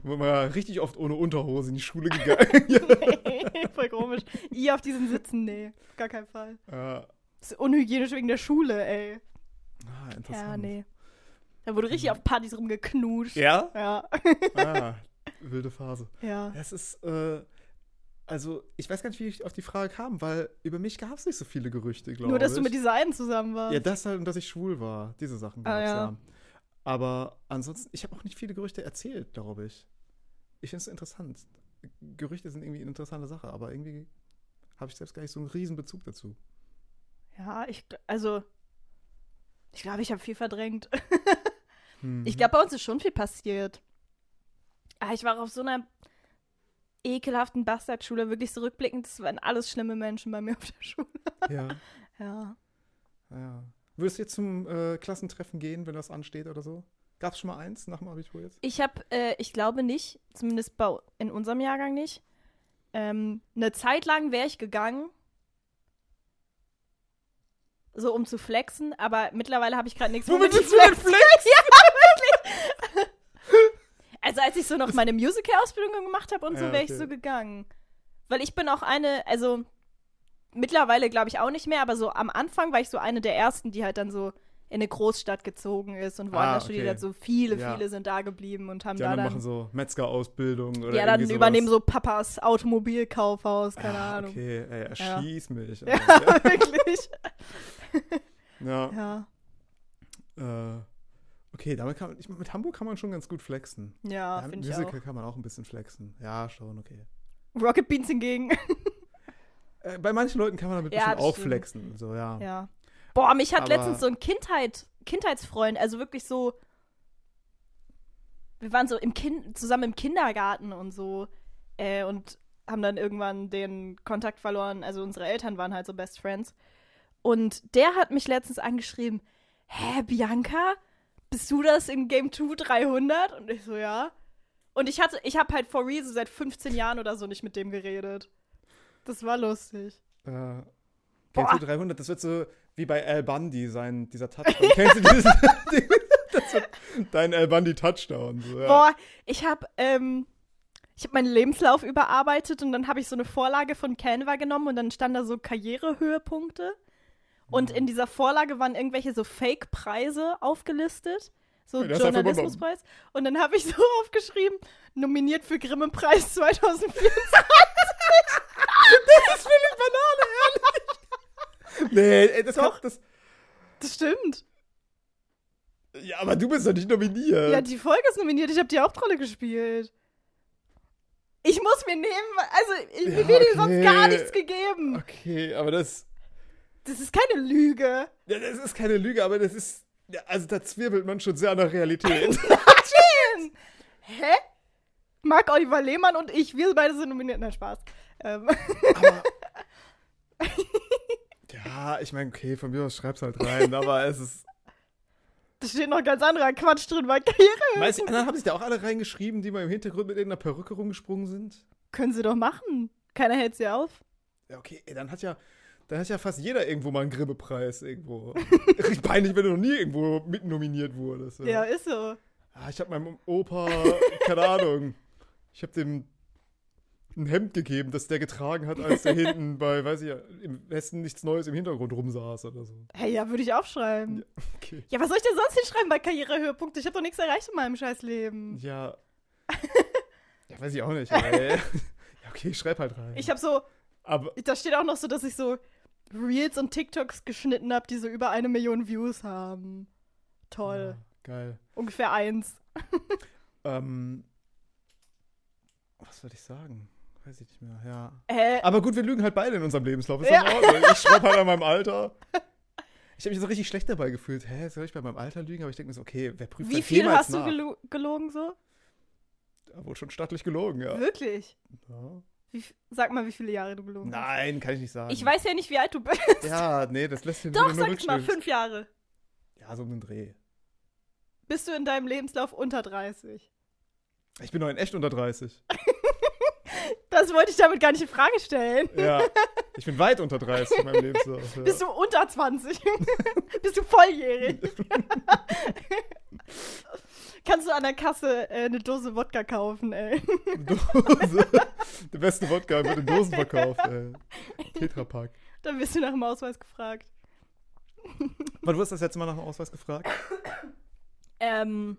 Wo man richtig oft ohne Unterhose in die Schule gegangen.
wirklich. Voll komisch. Ihr auf diesen Sitzen, nee, auf gar keinen Fall.
ja.
Das ist unhygienisch wegen der Schule, ey.
Ah, interessant.
Ja, nee. Da wurde richtig auf Partys rumgeknutscht.
Ja?
Ja,
Ah, wilde Phase.
ja.
Das ist, äh, also ich weiß gar nicht, wie ich auf die Frage kam, weil über mich gab es nicht so viele Gerüchte, glaube ich.
Nur, dass du mit dieser einen zusammen warst.
Ja, das halt und dass ich schwul war. Diese Sachen gab
Ah,
es
ja.
ja. Aber ansonsten, ich habe auch nicht viele Gerüchte erzählt, glaube ich. Ich finde es interessant. Gerüchte sind irgendwie eine interessante Sache, aber irgendwie habe ich selbst gar nicht so einen riesen Bezug dazu.
ja, ich, gl- also, ich glaube, ich habe viel verdrängt.
Hm.
Ich glaube, bei uns ist schon viel passiert. Ah, ich war auf so einer ekelhaften Bastardschule, wirklich so
Hm.
rückblickend, das waren alles schlimme Menschen bei mir auf der Schule.
Ah Ja,
Ja.
ja. Würdest du jetzt zum äh, Klassentreffen gehen, wenn das ansteht oder so? Gab es schon mal eins nach dem Abitur jetzt?
Ich habe, äh, ich glaube nicht, zumindest bei, in unserem Jahrgang nicht. Ähm, eine Zeit lang wäre ich gegangen, so um zu flexen, aber mittlerweile habe ich gerade nichts
Womit
ich
willst du denn
flex-
flex?
Also als ich so noch meine Musical-Ausbildung gemacht habe und so,
Ja,
wäre ich
okay.
so gegangen. Weil ich bin auch eine, also mittlerweile glaube ich auch nicht mehr, aber so am Anfang war ich so eine der ersten, die halt dann so in eine Großstadt gezogen ist und
Ah,
woanders studiert
okay.
hat. So viele,
Ja.
viele sind da geblieben und haben
Die
da
anderen
dann.
machen so Metzgerausbildung oder
ja, dann
irgendwie sowas.
übernehmen so Papas Automobilkaufhaus, keine
Ah,
Ahnung.
Okay, ey,
Ja.
erschieß mich.
Ja,
Alter.
wirklich.
Ja.
Ja,
Äh, okay, damit kann man, ich, mit Hamburg kann man schon ganz gut flexen.
ja,
ja, mit
Ah, finde ich auch.
Musical kann man auch ein bisschen flexen. Ja, schon, okay.
Rocket Beans hingegen.
Äh, bei manchen Leuten kann man damit
Ja,
bestimmt
das
auch
stimmt.
flexen. So, ja.
Ja. Boah, mich hat
Aber-
letztens so ein Kindheit, Kindheitsfreund, also wirklich so. Wir waren so im kind, zusammen im Kindergarten und so. Äh, und haben dann irgendwann den Kontakt verloren. Also unsere Eltern waren halt so Best Friends. Und der hat mich letztens angeschrieben: Hä, Bianca? Bist du das in Game 2 300? Und ich so, ja. Und ich hatte, ich habe halt for real so seit 15 Jahren oder so nicht mit dem geredet. Das war lustig.
Äh,
Boah.
Kennst du 300? Das wird so wie bei Al Bundy sein, dieser Touchdown. Kennst du diesen? das wird dein Al Bundy Touchdown. So, ja.
Boah, ich habe ähm, ich hab meinen Lebenslauf überarbeitet und dann habe ich so eine Vorlage von Canva genommen und dann stand da so Karrierehöhepunkte.
Mhm.
Und in dieser Vorlage waren irgendwelche so Fake-Preise aufgelistet. So
Ja, das hast du einfach
Journalismuspreis. Und dann habe ich so aufgeschrieben, nominiert für Grimme-Preis 2004.
Das will ich Banane, ehrlich. Nee, ey, das
Doch.
Kann, das,
Das stimmt.
ja, aber du bist doch nicht nominiert.
Ja, die Folge ist nominiert. Ich habe die Hauptrolle gespielt. Ich muss mir nehmen, also mir
Ja,
wird ihm sonst
okay. Ah.
gar nichts gegeben.
okay, aber das,
Das ist keine Lüge.
ja, das ist keine Lüge, aber das ist, ja, also da zwirbelt man schon sehr an der Realität.
Nein! Hä? Marc Oliver Lehmann und ich, wir beide sind nominiert. Na, Spaß. Ähm,
aber, ja, ich meine, okay, von mir aus schreib's halt rein, aber es ist,
da steht noch ganz anderer Quatsch drin, weil Karriere.
Weiß ich, dann haben sich da auch alle reingeschrieben, die mal im Hintergrund mit irgendeiner Perücke rumgesprungen sind.
Können sie doch machen. Keiner hält sie auf.
Ja, okay, ey, dann hat ja, dann hat ja fast jeder irgendwo mal einen Grimme-Preis irgendwo. Richtig peinlich, wenn du noch nie irgendwo mitnominiert wurdest.
Ja, ist so.
Ah, ich habe meinem Opa, keine Ahnung, ich habe dem ein Hemd gegeben, das der getragen hat, als der hinten bei, weiß ich ja, im Westen nichts Neues im Hintergrund rumsaß oder so.
Hey, ja, würde ich aufschreiben.
Okay.
Ja. was soll ich denn sonst hinschreiben bei Karrierehöhepunkte? Ich habe doch nichts erreicht in meinem scheiß Leben.
Ja. Ja, weiß ich auch nicht. aber, ey. Ja, okay, ich schreib halt rein.
Ich habe so,
Aber,
da steht auch noch so, dass ich so Reels und TikToks geschnitten habe, die so über eine Million Views haben. Toll.
Ja, geil.
Ungefähr eins.
Ähm, was würde ich sagen? Weiß ich nicht mehr, ja.
Äh,
Aber gut, wir lügen halt beide in unserem Lebenslauf. Ist
Ja.
ja. in Ordnung. Ich schreibe halt an meinem Alter. Ich habe mich so richtig schlecht dabei gefühlt. Hä, soll ich bei meinem Alter lügen? Aber ich denke mir so, okay, wer prüft
wie
das
viel
jemals
hast du
nach?
gelo gelogen so?
Da wurde schon stattlich gelogen, ja.
Wirklich?
ja.
Wie, f- sag mal, wie viele Jahre du gelogen hast.
Nein, kann ich nicht sagen.
Ich weiß ja nicht, wie alt du bist.
Ja, nee, das lässt sich
Doch,
nur
sag mal,
rückschließen.
fünf Jahre.
Ja, so um den Dreh.
Bist du in deinem Lebenslauf unter 30?
Ich bin doch in echt unter 30.
Das wollte ich damit gar nicht in Frage stellen.
Ja. Ich bin weit unter 30 in meinem Lebenslauf. Ja.
Bist du unter 20? Bist du volljährig? Kannst du an der Kasse äh, eine Dose Wodka kaufen, ey?
Dose. Der beste Wodka wird in Dosen verkauft. Äh, Tetrapack.
Dann wirst du nach dem Ausweis gefragt.
Wann wurdest du das letzte Mal nach dem Ausweis gefragt?
Ähm.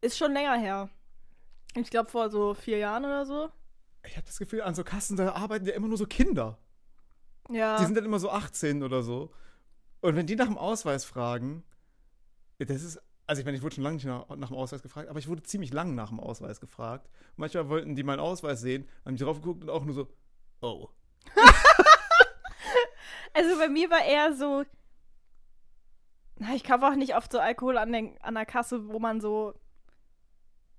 Ist schon länger her. Ich glaube, vor so vier Jahren oder so.
Ich habe das Gefühl, an so Kassen, da arbeiten ja immer nur so Kinder.
Ja.
Die sind dann immer so 18 oder so. Und wenn die nach dem Ausweis fragen, ja, das ist. Also ich meine, ich wurde schon lange nicht nach, nach dem Ausweis gefragt, aber ich wurde ziemlich lang nach dem Ausweis gefragt. Manchmal wollten die meinen Ausweis sehen, haben die drauf geguckt und auch nur so, oh.
Also bei mir war eher so. Na, ich kaufe auch nicht oft so Alkohol an, den, an der Kasse, wo man so.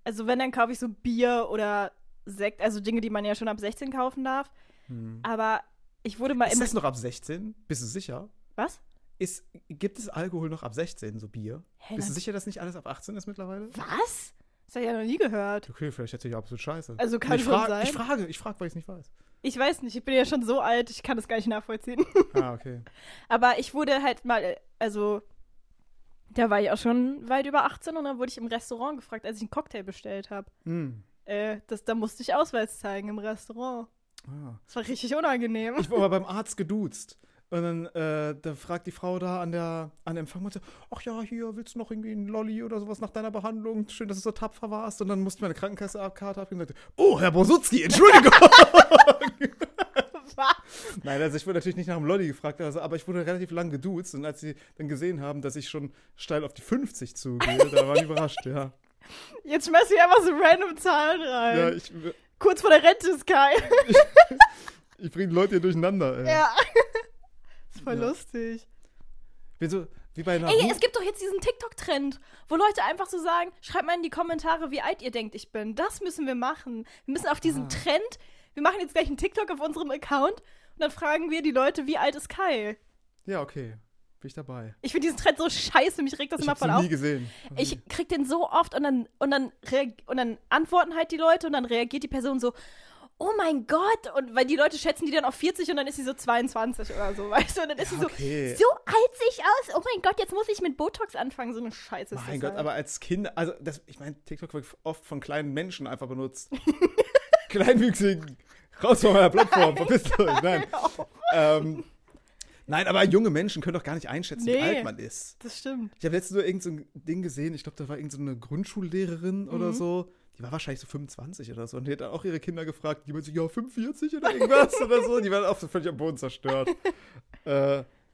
Also wenn, dann kaufe ich so Bier oder Sekt, also Dinge, die man ja schon ab 16 kaufen darf.
Hm.
Aber Ich wurde mal
Ist
im.
das noch ab 16? Bist du sicher?
Was?
Ist, gibt es Alkohol noch ab 16, so Bier?
Hä,
Bist du
dann-
sicher, dass nicht alles ab 18 ist mittlerweile?
Was? Das habe ich ja noch nie gehört.
Okay, vielleicht erzähle ich absolut scheiße.
Also kann
ich
schon
frage,
sein.
Ich frage, ich frage, weil ich es nicht weiß.
Ich weiß nicht, ich bin ja schon so alt, ich kann das gar nicht nachvollziehen.
Ah, okay.
Aber ich wurde halt mal, äh, also, da war ich auch schon weit über 18 und dann wurde ich im Restaurant gefragt, als ich einen Cocktail bestellt habe.
Hm.
Äh, das, da musste ich Ausweis zeigen im Restaurant.
Ah.
Das war richtig unangenehm.
Ich war mal beim Arzt geduzt. Und dann äh, da fragt die Frau da an der an der Empfangmatte, ach ja, hier, willst du noch irgendwie einen Lolli oder sowas nach deiner Behandlung? Schön, dass du so tapfer warst. Und dann musste meine Krankenkasseabkarte abgeben und sagte, oh, Herr Bosutzki, Entschuldigung.
Was?
Nein, also ich wurde natürlich nicht nach dem Lolli gefragt, also, aber ich wurde relativ lang geduzt. Und als sie dann gesehen haben, dass ich schon steil auf die 50 zugehe, da waren die überrascht, ja.
Jetzt schmeißt du hier einfach so random Zahlen rein.
Ja, ich,
Kurz vor der Rente ist geil.
ich bringe Leute hier durcheinander, ey.
Ja. ist voll
Ja.
lustig.
Bin so, wie bei einer
Ey,
Hu-
es gibt doch jetzt diesen TikTok-Trend, wo Leute einfach so sagen, schreibt mal in die Kommentare, wie alt ihr denkt, ich bin. Das müssen wir machen. Wir müssen auf diesen
Ah.
Trend, wir machen jetzt gleich einen TikTok auf unserem Account und dann fragen wir die Leute, wie alt ist Kai?
Ja, okay. Bin ich dabei.
Ich finde diesen Trend so scheiße, mich regt das
Ich
immer
hab's
voll
noch
auf.
nie gesehen.
Ich krieg den so oft und dann, und, dann reag- und dann antworten halt die Leute und dann reagiert die Person so, oh mein Gott. Und weil die Leute schätzen die dann auf 40 und dann ist sie so 22 oder so, weißt du? Und dann ist
Ja,
sie so,
okay.
so alt sehe ich aus. Oh mein Gott, jetzt muss ich mit Botox anfangen. So eine Scheiße ist
Mein
das
Gott,
halt.
aber als Kind, also das, ich meine, TikTok wird oft von kleinen Menschen einfach benutzt. Kleinwüchsigen, raus von meiner Plattform, verpisst euch. Nein.
Hör auf.
Ähm, nein, aber junge Menschen können doch gar nicht einschätzen, wie
Nee.
alt man ist.
Das stimmt.
Ich habe letztens nur irgendein so ein Ding gesehen, ich glaube, da war irgendeine so eine Grundschullehrerin
Mhm.
oder so. Die war wahrscheinlich so 25 oder so. Und die hat dann auch ihre Kinder gefragt, die meinte so, ja, 45 oder irgendwas oder so. Die waren auch so völlig am Boden zerstört. äh,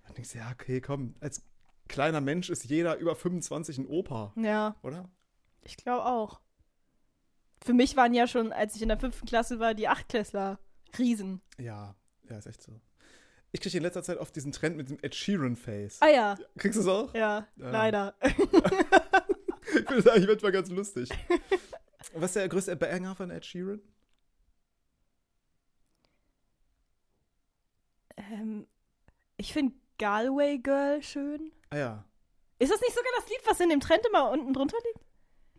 dann denkst du, ja, okay, komm, als kleiner Mensch ist jeder über 25 ein Opa,
Ja,
oder?
ich glaube auch. Für mich waren ja schon, als ich in der fünften Klasse war, die Achtklässler Riesen.
Ja, ja, ist echt so. Ich kriege in letzter Zeit oft diesen Trend mit dem Ed Sheeran-Face.
Ah ja,
Kriegst du es auch?
ja,
Ja.
leider.
Ich finde das eigentlich manchmal ganz lustig. Was ist der größte Banger von Ed Sheeran?
Ähm, ich finde Galway Girl schön.
Ah ja,
Ist das nicht sogar das Lied, was in dem Trend immer unten drunter liegt?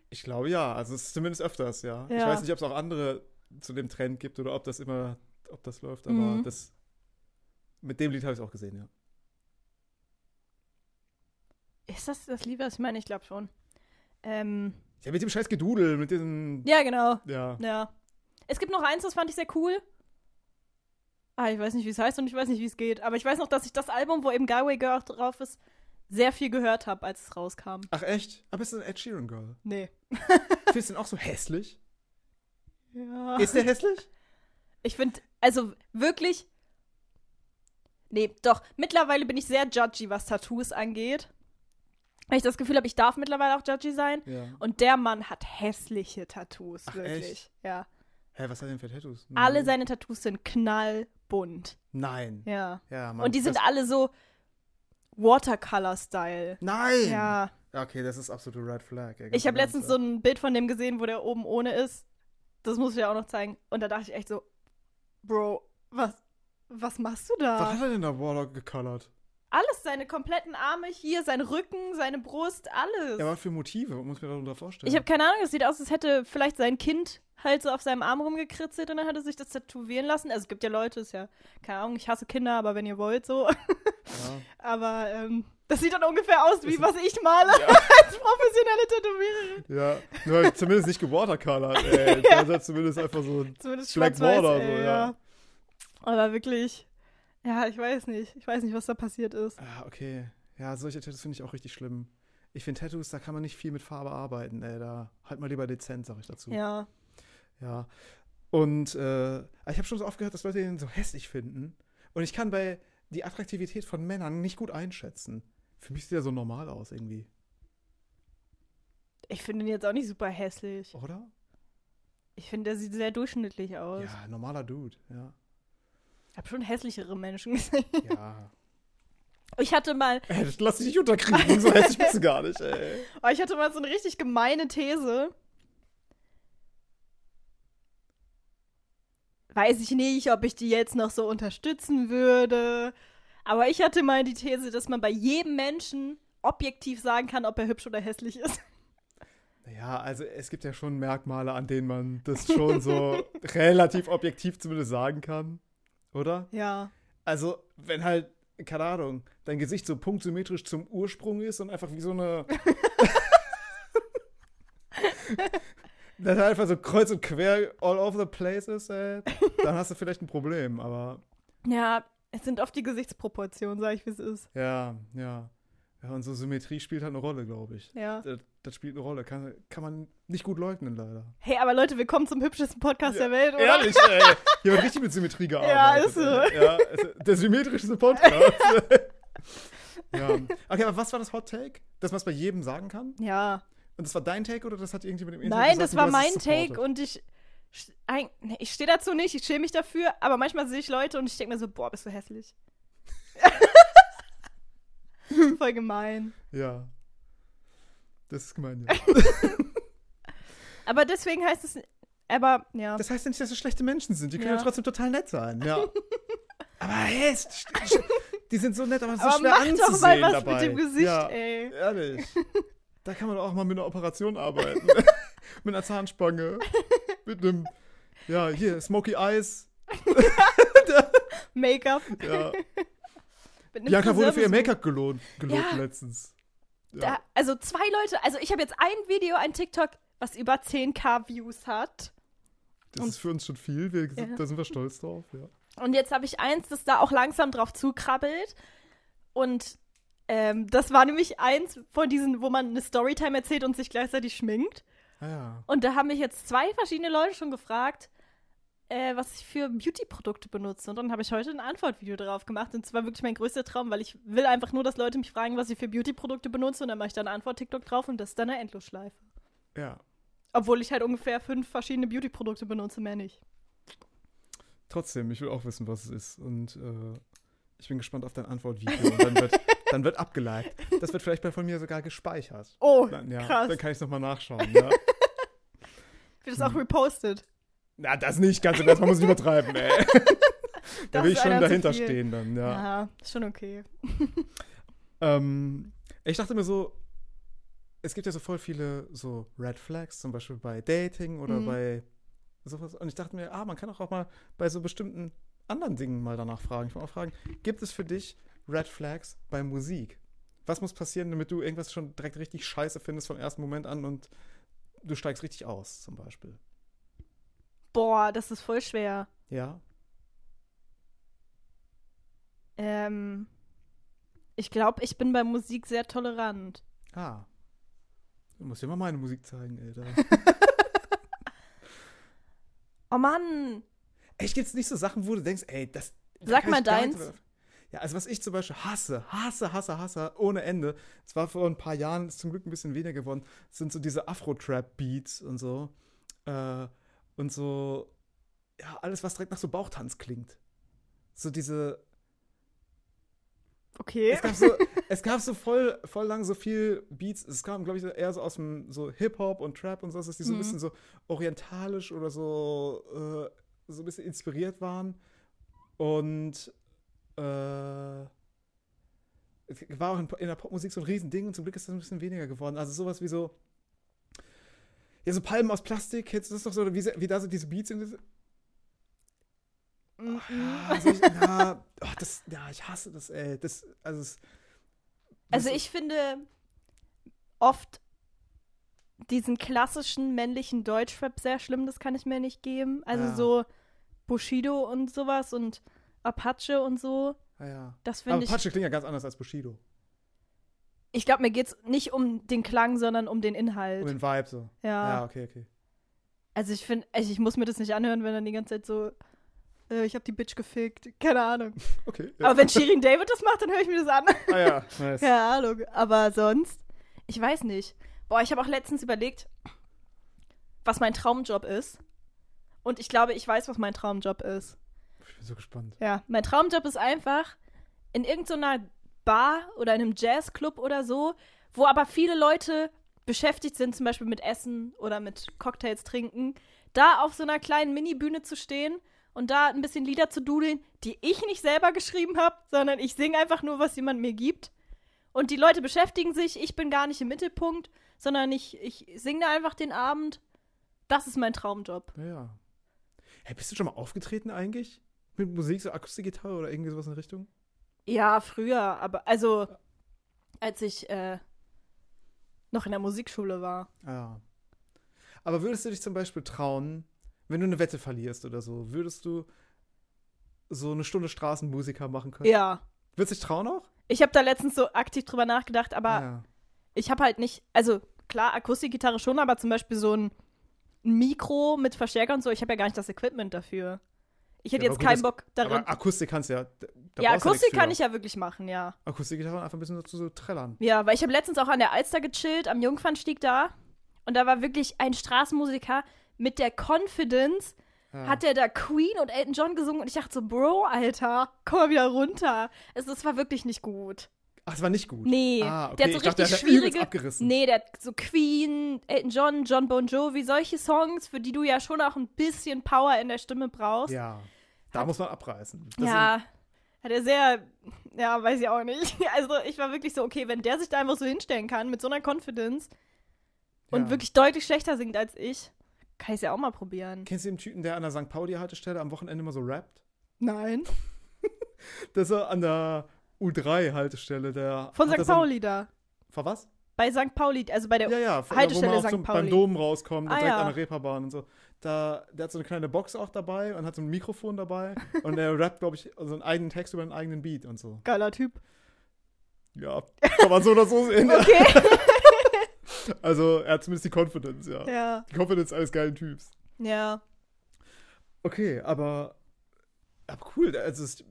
Ich glaube ja, also es ist zumindest öfters, ja. Ich
Ja.
weiß nicht, ob es auch andere zu dem Trend gibt oder ob das immer, ob das läuft, aber
Mhm.
das mit dem Lied habe ich es auch gesehen, ja.
Ist das das Lied, was ich meine? Ich glaube schon. Ähm,
Ja, mit dem scheiß Gedudel, mit diesem,
ja, genau.
ja.
Ja. Es gibt noch eins, das fand ich sehr cool. Ah, ich weiß nicht, wie es heißt und ich weiß nicht, wie es geht. Aber ich weiß noch, dass ich das Album, wo eben Galway Girl auch drauf ist, sehr viel gehört habe, als es rauskam.
Ach echt? Aber bist du ein Ed Sheeran Girl?
Nee.
Findest du ihn auch so hässlich?
Ja.
Ist der hässlich?
Ich finde, also wirklich. Nee, doch. Mittlerweile bin ich sehr judgy, was Tattoos angeht. Weil ich das Gefühl habe, ich darf mittlerweile auch judgy sein.
Ja.
Und der Mann hat hässliche Tattoos,
Ach,
wirklich.
echt? Mhm.
Ja.
Hä, was hat er denn für Tattoos?
Alle seine Tattoos sind knallbunt.
Nein.
Ja.
Ja, Mann.
Und die sind
das,
alle so Watercolor-Style.
Nein!
Ja.
Okay, das ist absolute Red Flag. ey, ganz
Ich habe
im Ernst,
letztens
ja.
so ein Bild von dem gesehen, wo der oben ohne ist. Das muss ich ja auch noch zeigen. Und da dachte ich echt so, Bro, was, was machst du
Was
da?
hat er denn da Warlock gecolored?
Alles, seine kompletten Arme hier, sein Rücken, seine Brust, alles.
Ja, was für Motive? Muss ich mir darunter vorstellen.
ich habe keine Ahnung, es sieht aus, als hätte vielleicht sein Kind halt so auf seinem Arm rumgekritzelt und dann hat er sich das tätowieren lassen. Also es gibt ja Leute, ist ja, keine Ahnung, ich hasse Kinder, aber wenn ihr wollt, so.
ja.
Aber ähm, das sieht dann ungefähr aus, wie
Ist-
was ich male als professionelle Tätowiererin.
Ja, nur halt zumindest nicht gewatercolored, ey. Da ist halt zumindest einfach so ein
Zumindest
Black
schwarz-weiß,
Border,
ey,
so, ja.
Aber wirklich, ja, ich weiß nicht. Ich weiß nicht, was da passiert ist.
Ah, okay. Ja, solche Tattoos finde ich auch richtig schlimm. Ich finde Tattoos, da kann man nicht viel mit Farbe arbeiten, ey. Da halt mal lieber dezent, sag ich dazu.
Ja.
Ja. Und äh, ich habe schon so oft gehört, dass Leute ihn so hässlich finden. Und ich kann bei die Attraktivität von Männern nicht gut einschätzen. Für mich sieht er so normal aus irgendwie,
Ich finde ihn jetzt auch nicht super hässlich.
oder?
Ich finde, der sieht sehr durchschnittlich aus.
Ja, normaler Dude, ja.
Ich habe schon hässlichere Menschen gesehen.
Ja.
Ich hatte mal,
ey, das lass dich nicht unterkriegen, so hässlich bist du gar nicht, ey.
oh, ich hatte mal so eine richtig gemeine These. weiß ich nicht, ob ich die jetzt noch so unterstützen würde. Aber ich hatte mal die These, dass man bei jedem Menschen objektiv sagen kann, ob er hübsch oder hässlich ist.
Ja, also es gibt ja schon Merkmale, an denen man das schon so relativ objektiv zumindest sagen kann, oder?
Ja.
Also, wenn halt, keine Ahnung, dein Gesicht so punktsymmetrisch zum Ursprung ist und einfach wie so eine. Dann halt einfach so kreuz und quer all over the place ist, ey, dann hast du vielleicht ein Problem, aber
Ja, es sind oft die Gesichtsproportionen, sag ich, wie es ist.
ja, ja. ja und so Symmetrie spielt halt eine Rolle, glaube ich.
Ja.
Das, das spielt eine Rolle, kann, kann man nicht gut leugnen, leider.
Hey, aber Leute, willkommen zum hübschesten Podcast der Welt, oder?
Ehrlich, ey. Hier wird richtig mit Symmetrie gearbeitet.
ist so.
ey. Ja, ist so. Der symmetrischste Podcast. ja. Okay, aber was war das Hot Take? Dass man es bei jedem sagen kann?
Ja.
Und das war dein Take oder das hat irgendjemand im Internet
Nein,
gesagt
das
und
war
du hast
mein
es
Take
supported?
und ich. Ein, nee, ich stehe dazu nicht, ich schäme mich dafür, aber manchmal sehe ich Leute und ich denke mir so, boah, bist du hässlich. Voll gemein.
Ja. Das ist gemein, ja.
Aber deswegen heißt es. Aber, ja.
Das heißt ja nicht, dass es schlechte Menschen sind. Die können ja,
Ja.
trotzdem total nett sein, ja. aber hey, es- die sind so nett, aber so
aber
schwer
mach
anzusehen
doch mal was
dabei.
mit dem Gesicht,
ja.
ey.
Ehrlich. Da kann man doch auch mal mit einer Operation arbeiten. mit einer Zahnspange. Mit einem, ja, hier, Smoky Eyes.
Make-up.
Ja.
Mit einem
Bianca wurde für ihr
Friseurbesuch.
Make-up gelohnt, gelobt
Ja.
letztens.
Da,
Ja.
also zwei Leute, also ich habe jetzt ein Video, ein TikTok, was über 10k Views hat.
Das ist für uns schon viel. Wir,
Ja.
Da sind wir stolz drauf. Ja.
Und jetzt habe ich eins, das da auch langsam drauf zukrabbelt. Und ähm, das war nämlich eins von diesen, wo man eine Storytime erzählt und sich gleichzeitig schminkt.
Ah, ja.
Und da haben mich jetzt zwei verschiedene Leute schon gefragt, äh, was ich für Beauty-Produkte benutze. Und dann habe ich heute ein Antwortvideo drauf gemacht. Und zwar wirklich mein größter Traum, weil ich will einfach nur, dass Leute mich fragen, was ich für Beauty-Produkte benutze. Und dann mache ich da eine Antwort-TikTok drauf und das ist dann eine Endlosschleife.
ja.
Obwohl ich halt ungefähr fünf verschiedene Beauty-Produkte benutze, mehr nicht.
Trotzdem, ich will auch wissen, was es ist. Und äh, ich bin gespannt auf dein Antwortvideo. Und dann wird, dann wird abgeleitet. Das wird vielleicht bei von mir sogar gespeichert.
Oh,
Dann, ja,
krass.
dann kann ich es nochmal nachschauen. Ja.
Wird das auch repostet?
Na, das nicht ganz. Erstmal muss ich übertreiben, ey. da
Das
will
ist
ich schon
einer zu
dahinter
viel.
stehen dann, ja.
Ja, ist schon okay.
Ähm, ich dachte mir so, es gibt ja so voll viele so Red Flags, zum Beispiel bei Dating oder
Mhm.
bei sowas. Und ich dachte mir, ah, man kann doch auch mal bei so bestimmten anderen Dingen mal danach fragen. Ich wollte auch fragen, gibt es für dich Red Flags bei Musik? Was muss passieren, damit du irgendwas schon direkt richtig scheiße findest vom ersten Moment an und du steigst richtig aus, zum Beispiel?
Boah, das ist voll schwer.
Ja?
Ähm, ich glaube, ich bin bei Musik sehr tolerant.
Ah. Du musst dir mal meine Musik zeigen, ey. Da.
Oh Mann!
Echt, gibt's nicht so Sachen, wo du denkst, ey, das. da
Sag
kann
mal
ich gar
deins.
nicht drauf. Ja, also was ich zum Beispiel hasse, hasse, hasse, hasse, ohne Ende. Es war vor ein paar Jahren, ist zum Glück ein bisschen weniger geworden, sind so diese Afro-Trap-Beats und so. Äh, und so, ja, alles, was direkt nach so Bauchtanz klingt. So diese,
Okay.
es gab so, es gab so voll, voll lang so viel Beats. Es kam, glaube ich, eher so aus dem so Hip-Hop und Trap und so, dass die so ein
Mhm.
bisschen so orientalisch oder so, äh, so ein bisschen inspiriert waren. Und äh, es war auch in, in der Popmusik so ein Riesending und zum Glück ist das ein bisschen weniger geworden. Also sowas wie so. Ja, so Palmen aus Plastik, jetzt ist das doch so, wie, wie da so diese Beats sind.
Mm
Ja,
-mm.
also ich, ja, oh, das, ja, ich hasse das, ey. Das, also, es,
Also
das-
ich finde oft diesen klassischen männlichen Deutschrap sehr schlimm, das kann ich mir nicht geben. Also
Ja.
so Bushido und sowas und Apache und so,
ah, ja.
das
Aber
finde ich
Apache klingt ja ganz anders als Bushido.
Ich glaube, mir geht's nicht um den Klang, sondern um den Inhalt.
Um den Vibe so.
ja.
Ja, okay, okay.
Also ich finde, ich, ich muss mir das nicht anhören, wenn dann die ganze Zeit so, äh, ich habe die Bitch gefickt. Keine Ahnung.
Okay.
Aber wenn Shirin David das macht, dann höre ich mir das an.
ah ja, nice.
Keine Ahnung. Aber sonst, ich weiß nicht. Boah, ich habe auch letztens überlegt, was mein Traumjob ist. Und ich glaube, ich weiß, was mein Traumjob ist.
Ich bin so gespannt.
Ja, mein Traumjob ist einfach in irgendeiner Bar oder in einem Jazzclub oder so, wo aber viele Leute beschäftigt sind, zum Beispiel mit Essen oder mit Cocktails trinken, da auf so einer kleinen Mini-Bühne zu stehen und da ein bisschen Lieder zu dudeln, die ich nicht selber geschrieben habe, sondern ich singe einfach nur, was jemand mir gibt. Und die Leute beschäftigen sich, ich bin gar nicht im Mittelpunkt, sondern ich, ich singe da einfach den Abend. Das ist mein Traumjob.
Naja. Hey, bist du schon mal aufgetreten eigentlich? Mit Musik, so Akustikgitarre oder irgendwie sowas in der Richtung?
Ja, früher, aber also als ich äh, noch in der Musikschule war.
Ja. Aber würdest du dich zum Beispiel trauen, wenn du eine Wette verlierst oder so, würdest du so eine Stunde Straßenmusiker machen können?
Ja.
Würdest du dich trauen auch?
Ich habe da letztens so aktiv drüber nachgedacht, aber
ja.
ich habe halt nicht, also klar, Akustikgitarre schon, aber zum Beispiel so ein Mikro mit Verstärker und so, ich habe ja gar nicht das Equipment dafür. Ich hätte
Ja, aber
jetzt
gut,
keinen
das-
Bock darin.
Aber Akustik kannst du ja. Da brauchst
Ja,
du nichts
Akustik
für.
kann ich ja wirklich machen, ja.
Akustikgitarre einfach ein bisschen dazu so trällern.
Ja, weil ich habe letztens auch an der Alster gechillt, am Jungfernstieg da. Und da war wirklich ein Straßenmusiker mit der Confidence,
Ja.
hat er da Queen und Elton John gesungen. Und ich dachte so, Bro, Alter, komm mal wieder runter. Es, das war wirklich nicht gut.
Ach, das war nicht gut.
Nee,
Ah, okay.
der hat so
ich dachte, der
richtig
hat übelst
schwierige.
abgerissen.
Nee, der hat so Queen, Elton John, John Bon Jovi, solche Songs, für die du ja schon auch ein bisschen Power in der Stimme brauchst.
Ja. Da muss man abreißen. Das
Ja, hat er sehr, ja, weiß ich auch nicht. Also ich war wirklich so, okay, wenn der sich da einfach so hinstellen kann mit so einer Confidence
sind-
und
ja.
wirklich deutlich schlechter singt als ich, kann ich es ja auch mal probieren.
Kennst du den Typen, der an der St. Pauli-Haltestelle am Wochenende immer so rappt?
Nein.
Das ist an der U3-Haltestelle. Der
Von
hat
St.
da so ein-
Pauli da.
Vor was?
Bei St. Pauli, also bei der,
Ja, ja, von,
Haltestelle
wo man auch
St.
zum,
Pauli.
beim Dom rauskommt und
Ah,
direkt
ja.
an der Reeperbahn und so. Da, der hat so eine kleine Box auch dabei und hat so ein Mikrofon dabei und er rappt, glaube ich, so einen eigenen Text über einen eigenen Beat und so.
geiler Typ.
Ja, kann man so oder so sehen.
Okay.
Also, er hat zumindest die Confidence, ja.
ja.
Die Confidence eines geilen Typs.
Ja.
Okay, aber, aber cool. Also, es,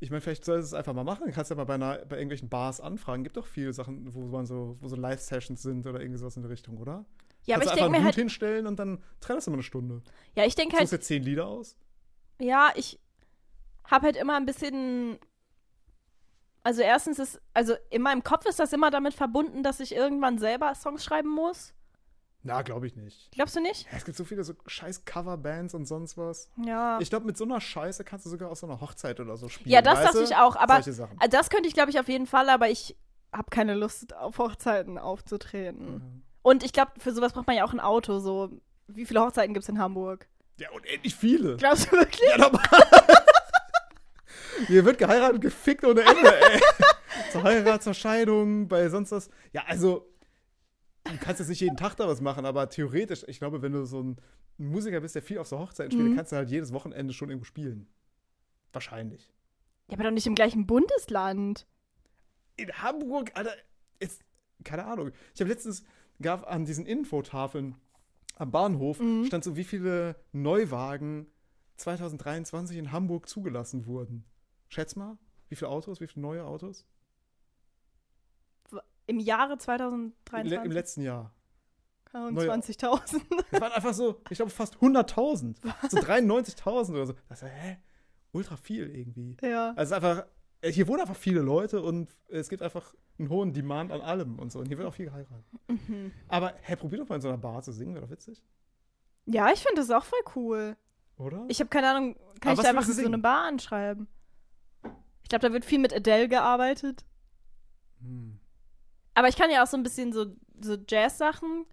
ich meine, vielleicht solltest du es einfach mal machen. Kannst ja mal bei, einer, bei irgendwelchen Bars anfragen. Gibt doch viele Sachen, wo man so, wo so Live-Sessions sind oder irgendwie sowas in der Richtung, oder?
Ja, aber
Kannst
ich
du einfach
denke mir
einen Hut
halt,
hinstellen und dann trennst du mal eine Stunde.
ja, ich denke
Suchst
halt,
jetzt zehn Lieder aus?
ja, ich habe halt immer ein bisschen, also erstens ist, also in meinem Kopf ist das immer damit verbunden, dass ich irgendwann selber Songs schreiben muss.
Na, glaube ich nicht.
Glaubst du nicht?
Ja, Es gibt so viele so scheiß Coverbands und sonst was.
Ja.
Ich glaube, mit so einer Scheiße kannst du sogar aus so einer Hochzeit oder so spielen.
ja, das
weißt
dachte
du?
ich auch, aber
Solche Sachen.
also das könnte ich, glaube ich, auf jeden Fall, aber ich habe keine Lust, auf Hochzeiten aufzutreten.
Mhm.
Und ich glaube, für sowas braucht man ja auch ein Auto, so. Wie viele Hochzeiten gibt es in Hamburg?
Ja, unendlich viele.
Glaubst du wirklich?
Ja, normal. Hier wird geheiratet, gefickt ohne Ende, ey. zur Heirat, zur Scheidung, bei sonst was. Ja, also, du kannst jetzt nicht jeden Tag da was machen, aber theoretisch, ich glaube, wenn du so ein Musiker bist, der viel auf so Hochzeiten spielt,
Mhm.
kannst du halt jedes Wochenende schon irgendwo spielen. Wahrscheinlich.
Ja, aber doch nicht im gleichen Bundesland.
in Hamburg, Alter, ist, keine Ahnung. Ich habe letztens, gab an diesen Infotafeln am Bahnhof,
Mhm.
stand so, wie viele Neuwagen 2023 in Hamburg zugelassen wurden. Schätz mal, wie viele Autos, wie viele neue Autos?
Im Jahre
Im, le- Im
2023
letzten Jahr.
Keine Ahnung,
Neujahr.
20.000.
Das waren einfach so, ich glaube, fast 100.000. So 93.000 oder so. Das ist, hä? Ultra viel irgendwie.
ja.
Also es ist einfach, hier wohnen einfach viele Leute und es gibt einfach einen hohen Demand an allem und so. Und hier wird auch viel geheiratet.
Mhm.
Aber, hä, probier doch mal in so einer Bar zu singen, wäre doch witzig.
Ja, ich finde das auch voll cool.
Oder?
Ich habe keine Ahnung,
Aber
kann ich
was
da einfach
willst du
so
singen?
eine Bar anschreiben? Ich glaube, da wird viel mit Adele gearbeitet.
Hm.
Aber ich kann ja auch so ein bisschen so, so Jazz-Sachen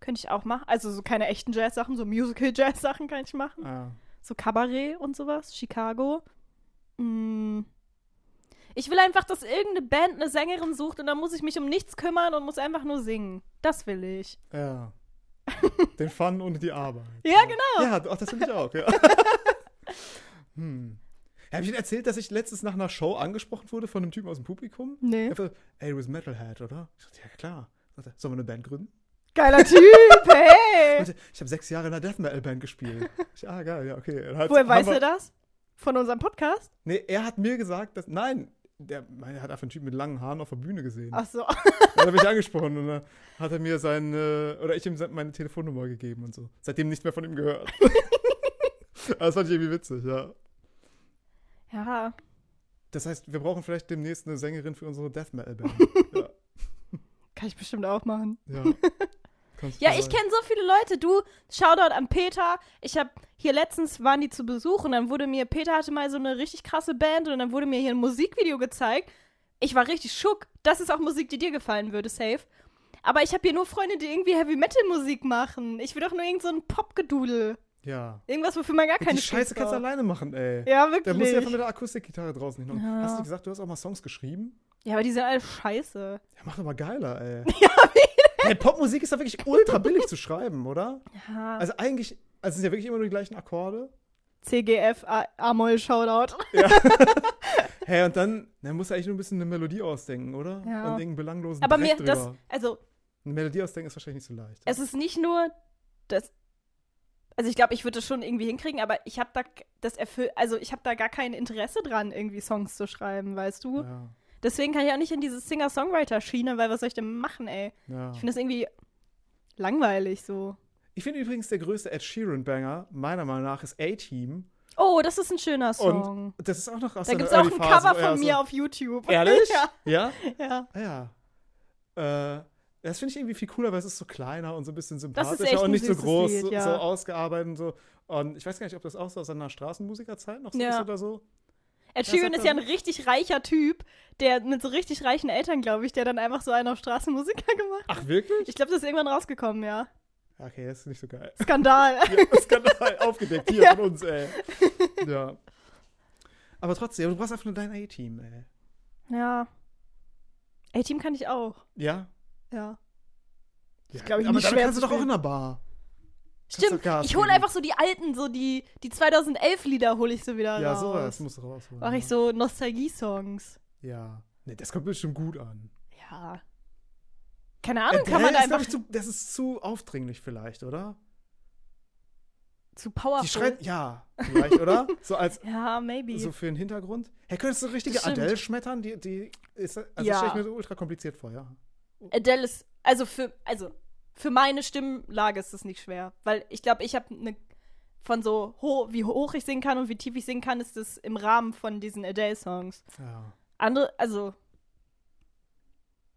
könnte ich auch machen. Also so keine echten Jazz-Sachen, so Musical-Jazz-Sachen kann ich machen.
Ah.
So Kabarett und sowas, Chicago. Mm. Ich will einfach, dass irgendeine Band eine Sängerin sucht und dann muss ich mich um nichts kümmern und muss einfach nur singen. Das will ich.
Ja. Den Fun und die Arbeit.
Ja, genau.
Ja, ach, das finde ich auch, ja. hm. Ja, Hab ich Ihnen erzählt, dass ich letztens nach einer Show angesprochen wurde von einem Typen aus dem Publikum?
Nee.
Einfach, ey, du bist Metalhead, oder? Ich dachte, ja, klar. Sagt er, Sollen wir eine Band gründen?
Geiler Typ, hey!
Meinte, ich habe sechs Jahre in einer Death Metal Band gespielt. Ich, ah, geil, ja, okay. Dann hat-
Woher
haben
weißt
wir-
du das? Von unserem Podcast?
Nee, er hat mir gesagt, dass. Nein, der, er hat einfach einen Typen mit langen Haaren auf der Bühne gesehen.
Ach so.
Dann habe ich angesprochen und dann hat er mir seine, oder ich ihm se- meine Telefonnummer gegeben und so. Seitdem nicht mehr von ihm gehört. Aber das fand ich irgendwie witzig, ja.
Ja.
Das heißt, wir brauchen vielleicht demnächst eine Sängerin für unsere Death Metal Band. ja,
Kann ich bestimmt auch machen.
ja. Kommst
Ja,
vorbei.
ich kenne so viele Leute. Du, Shoutout an Peter. Ich habe hier letztens waren die zu Besuch und dann wurde mir, Peter hatte mal so eine richtig krasse Band und dann wurde mir hier ein Musikvideo gezeigt. Ich war richtig schock. Das ist auch Musik, die dir gefallen würde, safe. Aber ich habe hier nur Freunde, die irgendwie Heavy Metal Musik machen. Ich will doch nur irgend so ein Popgedudel.
Ja.
Irgendwas, wofür man gar
Und
keine
die Scheiße
Skills
kannst du
braucht.
alleine machen, ey.
Ja,
Da musst du
wirklich.
einfach mit der Akustikgitarre draußen hin.
Ja.
Hast du gesagt, du hast auch mal Songs geschrieben?
ja, aber die sind alle scheiße.
Ja, mach doch mal geiler, ey. Ja, hey, Popmusik ist doch wirklich ultra billig zu schreiben, oder?
Ja.
Also eigentlich, also es sind ja wirklich immer nur die gleichen Akkorde.
CGF A- Amol Shoutout.
Hey, und dann, dann musst du eigentlich nur ein bisschen eine Melodie ausdenken, oder?
Ja.
Und irgendeinen belanglosen
Aber mir
Dreck
das
drüber.
also
Eine Melodie ausdenken ist wahrscheinlich nicht so leicht.
es ist nicht nur das also ich glaube, ich würde das schon irgendwie hinkriegen, aber ich habe da k- das erfüllt, also ich habe da gar kein Interesse dran irgendwie Songs zu schreiben, weißt du?
ja,
Deswegen kann ich auch nicht in diese Singer Songwriter Schiene, weil was soll ich denn machen, ey?
ja.
Ich finde das irgendwie langweilig so.
Ich finde übrigens der größte Ed Sheeran-Banger, meiner Meinung nach, ist A-Team.
Oh, das ist ein schöner Song.
Das ist auch noch aus
da
seiner
gibt es auch ein
Early Phase,
Cover
wo er
von
so-
mir auf YouTube.
Ehrlich?
ja,
Ja?
ja.
Ja. Äh, das finde ich irgendwie viel cooler, weil es ist so kleiner und so ein bisschen sympathischer
echt
und
ein
nicht so
süßes
groß,
Lied,
so,
ja.
so ausgearbeitet und so. Und ich weiß gar nicht, ob das auch so aus seiner Straßenmusikerzeit noch so
Ja.
ist oder so.
Ed
Ja,
Sheeran
sag
ist ja ein
doch.
richtig reicher Typ, der mit so richtig reichen Eltern, glaube ich, der dann einfach so einen auf Straßenmusiker gemacht hat.
Ach, wirklich?
Ich glaube, das ist irgendwann rausgekommen, ja.
Okay, das ist nicht so geil.
Skandal.
Ja, das kann halt aufgedeckt hier
Ja.
von uns, ey. Ja. Aber trotzdem, du brauchst einfach nur dein A-Team, ey.
Ja. A-Team kann ich auch.
Ja?
Ja.
ja.
glaub ich,
Aber
nicht
damit
schwer
kannst du
zu
doch auch in
spielen.
der Bar. Kannst
Stimmt.
doch Gas
Ich hole
geben.
einfach so die alten, so die, die 2011-Lieder hole ich so wieder
Ja,
raus.
sowas musst du rausholen.
Mache
ja.
genau. ich so Nostalgie-Songs.
Ja. Nee, das kommt bestimmt gut an.
Ja. Keine Ahnung,
Äh,
kann man da
das ist,
einfach
glaub ich, zu, das ist zu aufdringlich vielleicht, oder?
zu
Die
powerful.
schreit, ja, vielleicht, oder? So als
ja, maybe.
so für den Hintergrund. Hey, könntest du richtige
Das stimmt.
Adele schmettern? Die, die ist, also
Ja.
das stelle ich mir so ultra kompliziert vor, ja.
Adele ist, also für, also für meine Stimmlage ist es nicht schwer, weil ich glaube, ich habe eine von so ho wie hoch ich singen kann und wie tief ich singen kann, ist das im Rahmen von diesen Adele-Songs.
ja.
Andere, also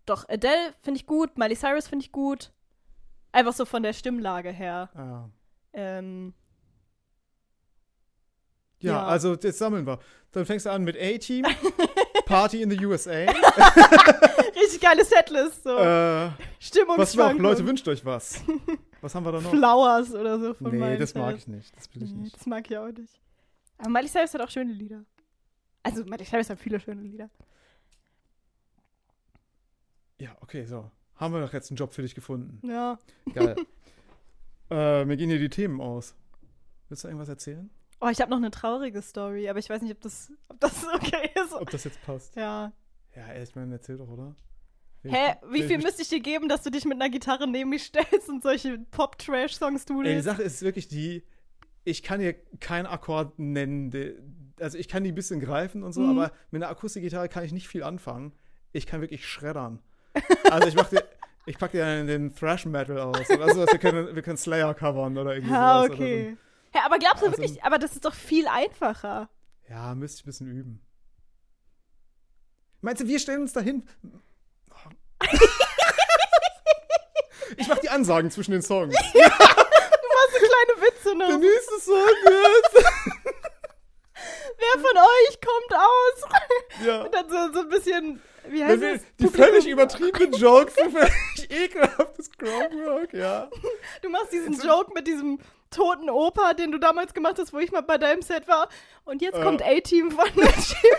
doch Adele finde ich gut, Miley Cyrus finde ich gut, einfach so von der Stimmlage her.
Ja.
Ähm,
Ja,
Ja.
also jetzt sammeln wir. Dann fängst du an mit A-Team, Party in the USA.
richtig geile Setlist, so
äh, was noch?
Stimmungsschwankungen.
Leute, wünscht euch was. Was haben wir da noch?
Flowers oder so von
nee,
Miley
das mag
Cyrus.
ich nicht. Das will ich
Nee,
nicht.
Das mag ich auch nicht. Aber Miley Cyrus hat auch schöne Lieder. Also Miley Cyrus hat viele schöne Lieder.
Ja, okay, so. Haben wir doch jetzt einen Job für dich gefunden.
Ja.
Geil. äh, mir gehen hier die Themen aus. Willst du irgendwas erzählen?
Oh, ich habe noch eine traurige Story, aber ich weiß nicht, ob das, ob das okay ist.
Ob das jetzt passt?
Ja.
Ja, ey, ich meine, erzähl doch, oder? Will
Hä,
ich-
wie
will
viel
ich-
müsste ich dir geben, dass du dich mit einer Gitarre neben mich stellst und solche Pop-Trash-Songs
Ey, die
dudelst?
Sache ist wirklich die, ich kann hier keinen Akkord nennen. de- Also ich kann die ein bisschen greifen und so,
Mhm.
aber mit einer Akustikgitarre kann ich nicht viel anfangen. Ich kann wirklich schreddern. Also ich mach dir, ich pack dir dann den Thrash Metal aus. Oder sowas. Wir, können, wir können Slayer covern oder irgendwie
Ja,
sowas. oder
okay. Hä, aber glaubst du
Also-
wirklich, aber das ist doch viel einfacher.
so. Ja, müsste ich ein bisschen üben. Meinst du, wir stellen uns dahin? Oh. ich mach die Ansagen zwischen den Songs.
Du machst so kleine Witze
Der
noch.
nächste Song jetzt.
Wer von euch kommt aus?
Ja.
Und dann so, so ein bisschen, wie
Wenn
heißt
wir
es?
die völlig übertriebenen Jokes, die völlig ekelhaftes Groundwork, ja.
Du machst diesen Joke mit diesem toten Opa, den du damals gemacht hast, wo ich mal bei deinem Set war. Und jetzt
Äh.
kommt A-Team von der Team.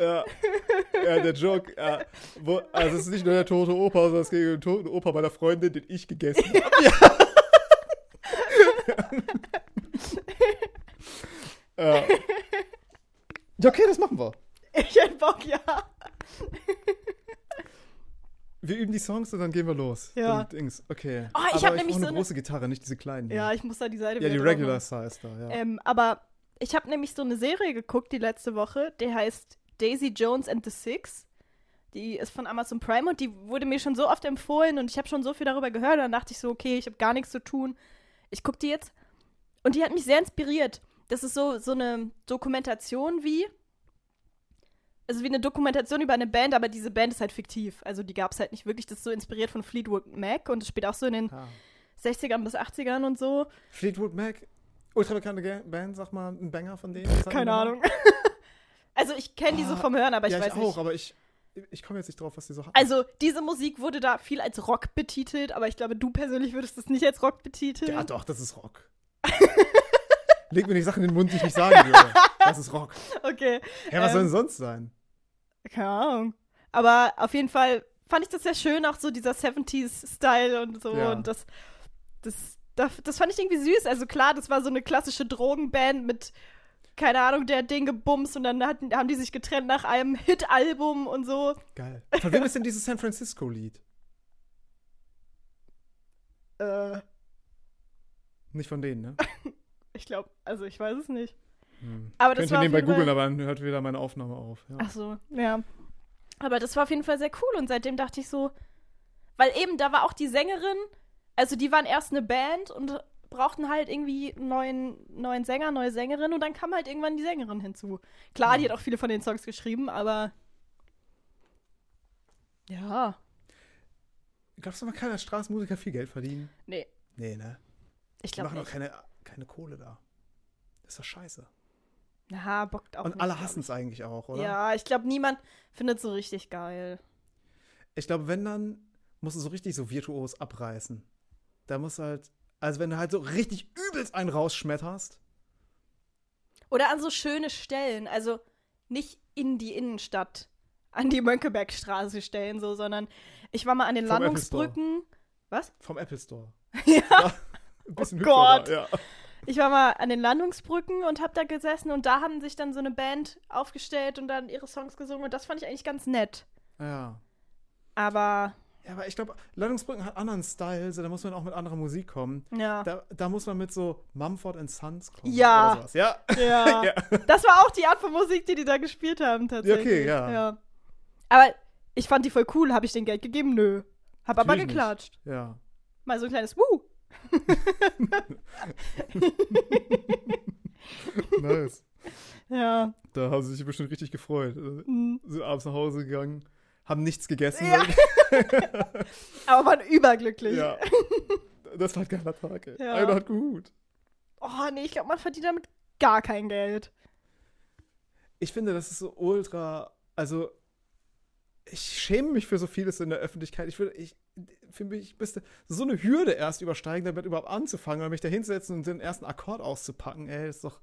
ja. Ja, der Joke, ja. Wo, also es ist nicht nur der tote Opa, sondern es geht um den toten Opa meiner Freundin, den ich gegessen habe. Ja. ja. ja, okay, das machen wir.
Ich hätte Bock, ja.
Wir üben die Songs und dann gehen wir los.
Ja.
Dann Dings. Okay.
Oh, ich hab
Aber
nämlich
brauch
so
eine
eine-
große Gitarre, nicht diese kleinen. hier.
Ja, ich muss da die Seite
ja die
wieder
Regular
drauf
Size da, ja.
machen. Ähm, aber ich habe nämlich so eine Serie geguckt die letzte Woche, die heißt Daisy Jones and the Six. Die ist von Amazon Prime und die wurde mir schon so oft empfohlen und ich habe schon so viel darüber gehört. Und dann dachte ich so, okay, ich habe gar nichts zu tun. Ich gucke die jetzt. Und die hat mich sehr inspiriert. Das ist so, so eine Dokumentation wie, also wie eine Dokumentation über eine Band, aber diese Band ist halt fiktiv. Also die gab es halt nicht wirklich. Das ist so inspiriert von Fleetwood Mac und es spielt auch so in den
Ah.
60ern bis 80ern und so.
Fleetwood Mac, ultra bekannte Ga- Band, sag mal, ein Banger von denen. Sag mir
Keine
mal.
Ahnung. also ich kenne die so
Ah,
vom Hören, aber ich
ja,
weiß
ich auch,
nicht.
aber ich, ich komme jetzt nicht drauf, was die so hatten.
Also diese Musik wurde da viel als Rock betitelt, aber ich glaube, du persönlich würdest es nicht als Rock betiteln.
ja, doch, das ist Rock. Leg mir nicht Sachen in den Mund, die ich nicht sagen würde. Das ist Rock.
Okay,
Hä, was
Ähm,
soll denn sonst sein?
keine Ahnung. Aber auf jeden Fall fand ich das sehr schön, auch so dieser 70s-Style und so.
Ja.
Und das, das, das, das fand ich irgendwie süß. Also klar, das war so eine klassische Drogenband mit, keine Ahnung, der hat den gebumst und dann hatten, haben die sich getrennt nach einem Hit-Album und so.
Geil. Von wem ist denn dieses San Francisco-Lied?
Äh,
Nicht von denen, ne?
ich glaube, also ich weiß es nicht.
Hm.
Aber das
Könnt
war
ihr
auf
nebenbei
jeden Fall-
googeln, aber dann hört wieder meine Aufnahme auf. Ja.
Ach so, ja. Aber das war auf jeden Fall sehr cool und seitdem dachte ich so, weil eben da war auch die Sängerin, also die waren erst eine Band und brauchten halt irgendwie einen neuen, neuen Sänger, neue Sängerin und dann kam halt irgendwann die Sängerin hinzu. Klar, die hat auch viele von den Songs geschrieben, aber ja,
Glaubst du, man kann als Straßenmusiker viel Geld verdienen?
nee,
Nee, ne?
ich
Die
glaube
machen doch
nicht.
keine, keine Kohle da. Das ist doch scheiße.
Na, bockt auch
Und
nicht,
alle
glaub
hassen es eigentlich auch,
ich.
oder?
Ja, ich glaube, niemand findet so richtig geil.
Ich glaube, wenn dann, musst du so richtig so virtuos abreißen. Da musst du halt, also wenn du halt so richtig übelst einen rausschmetterst.
Oder an so schöne Stellen, also nicht in die Innenstadt, an die Mönckebergstraße stellen, so, sondern ich war mal an den
Vom
Landungsbrücken. Was?
Vom Apple Store.
ja.
Ein bisschen
Oh
hübscher
Gott.
Da, ja.
Ich war mal an den Landungsbrücken und hab da gesessen und da haben sich dann so eine Band aufgestellt und dann ihre Songs gesungen und das fand ich eigentlich ganz nett.
ja.
Aber
Ja, aber ich glaube, Landungsbrücken hat anderen Style, so, da muss man auch mit anderer Musik kommen.
ja.
Da, da muss man mit so Mumford and Sons kommen.
Ja.
Oder sowas. Ja.
ja.
ja.
Das war auch die Art von Musik, die die da gespielt haben, tatsächlich.
okay, ja.
Aber ich fand die voll cool. Habe ich den Geld gegeben? Nö. Hab aber
Natürlich nicht.
geklatscht.
Ja.
Mal so ein kleines Wuh.
Nice.
Ja.
da haben sie sich bestimmt richtig gefreut. Äh,
Mhm.
Sind abends nach Hause gegangen, haben nichts gegessen.
Ja. Aber waren überglücklich.
ja. Das war ein geiler Tag, ey.
Ja.
Einer hat gut.
Oh nee, ich glaube, man verdient damit gar kein Geld.
ich finde, das ist so ultra. Also, ich schäme mich für so vieles in der Öffentlichkeit. Ich würde, ich, für mich müsste so eine Hürde erst übersteigen, damit überhaupt anzufangen oder mich da hinsetzen und den ersten Akkord auszupacken. Ey, ist doch.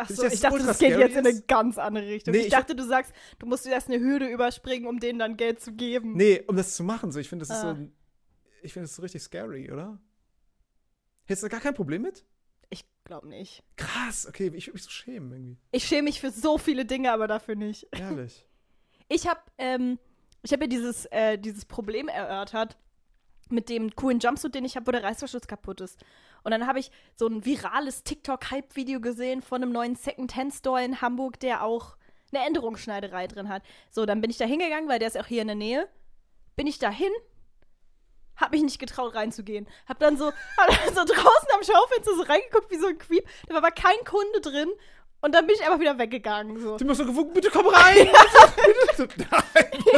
Ach
Ist
so,
das
ich dachte,
ultra
das geht
scary
jetzt in eine
ist?
ganz andere Richtung.
Nee,
ich
ich-
dachte, du sagst, du musst erst eine Hürde überspringen, um denen dann Geld zu geben.
Nee, um das zu machen, so, ich finde, das ist
Ah.
so. Ich finde, das ist so richtig scary, oder? Hättest du da gar kein Problem mit?
Ich glaube nicht.
Krass, okay, ich würde mich so schämen irgendwie.
Ich schäme mich für so viele Dinge, aber dafür nicht.
Ehrlich.
Ich habe ähm, ich hab ja dieses, äh, dieses Problem erörtert mit dem coolen Jumpsuit, den ich habe, wo der Reißverschluss kaputt ist. Und dann habe ich so ein virales TikTok-Hype-Video gesehen von einem neuen Second-Hand-Store in Hamburg, der auch eine Änderungsschneiderei drin hat. So, dann bin ich da hingegangen, weil der ist auch hier in der Nähe. Bin ich da hin, hab mich nicht getraut reinzugehen. Hab dann so, hab dann so draußen am Schaufenster so reingeguckt wie so ein Creep. Da war aber kein Kunde drin. Und dann bin ich einfach wieder weggegangen. So.
Du musst so gewunken, bitte komm rein! bitte, nein!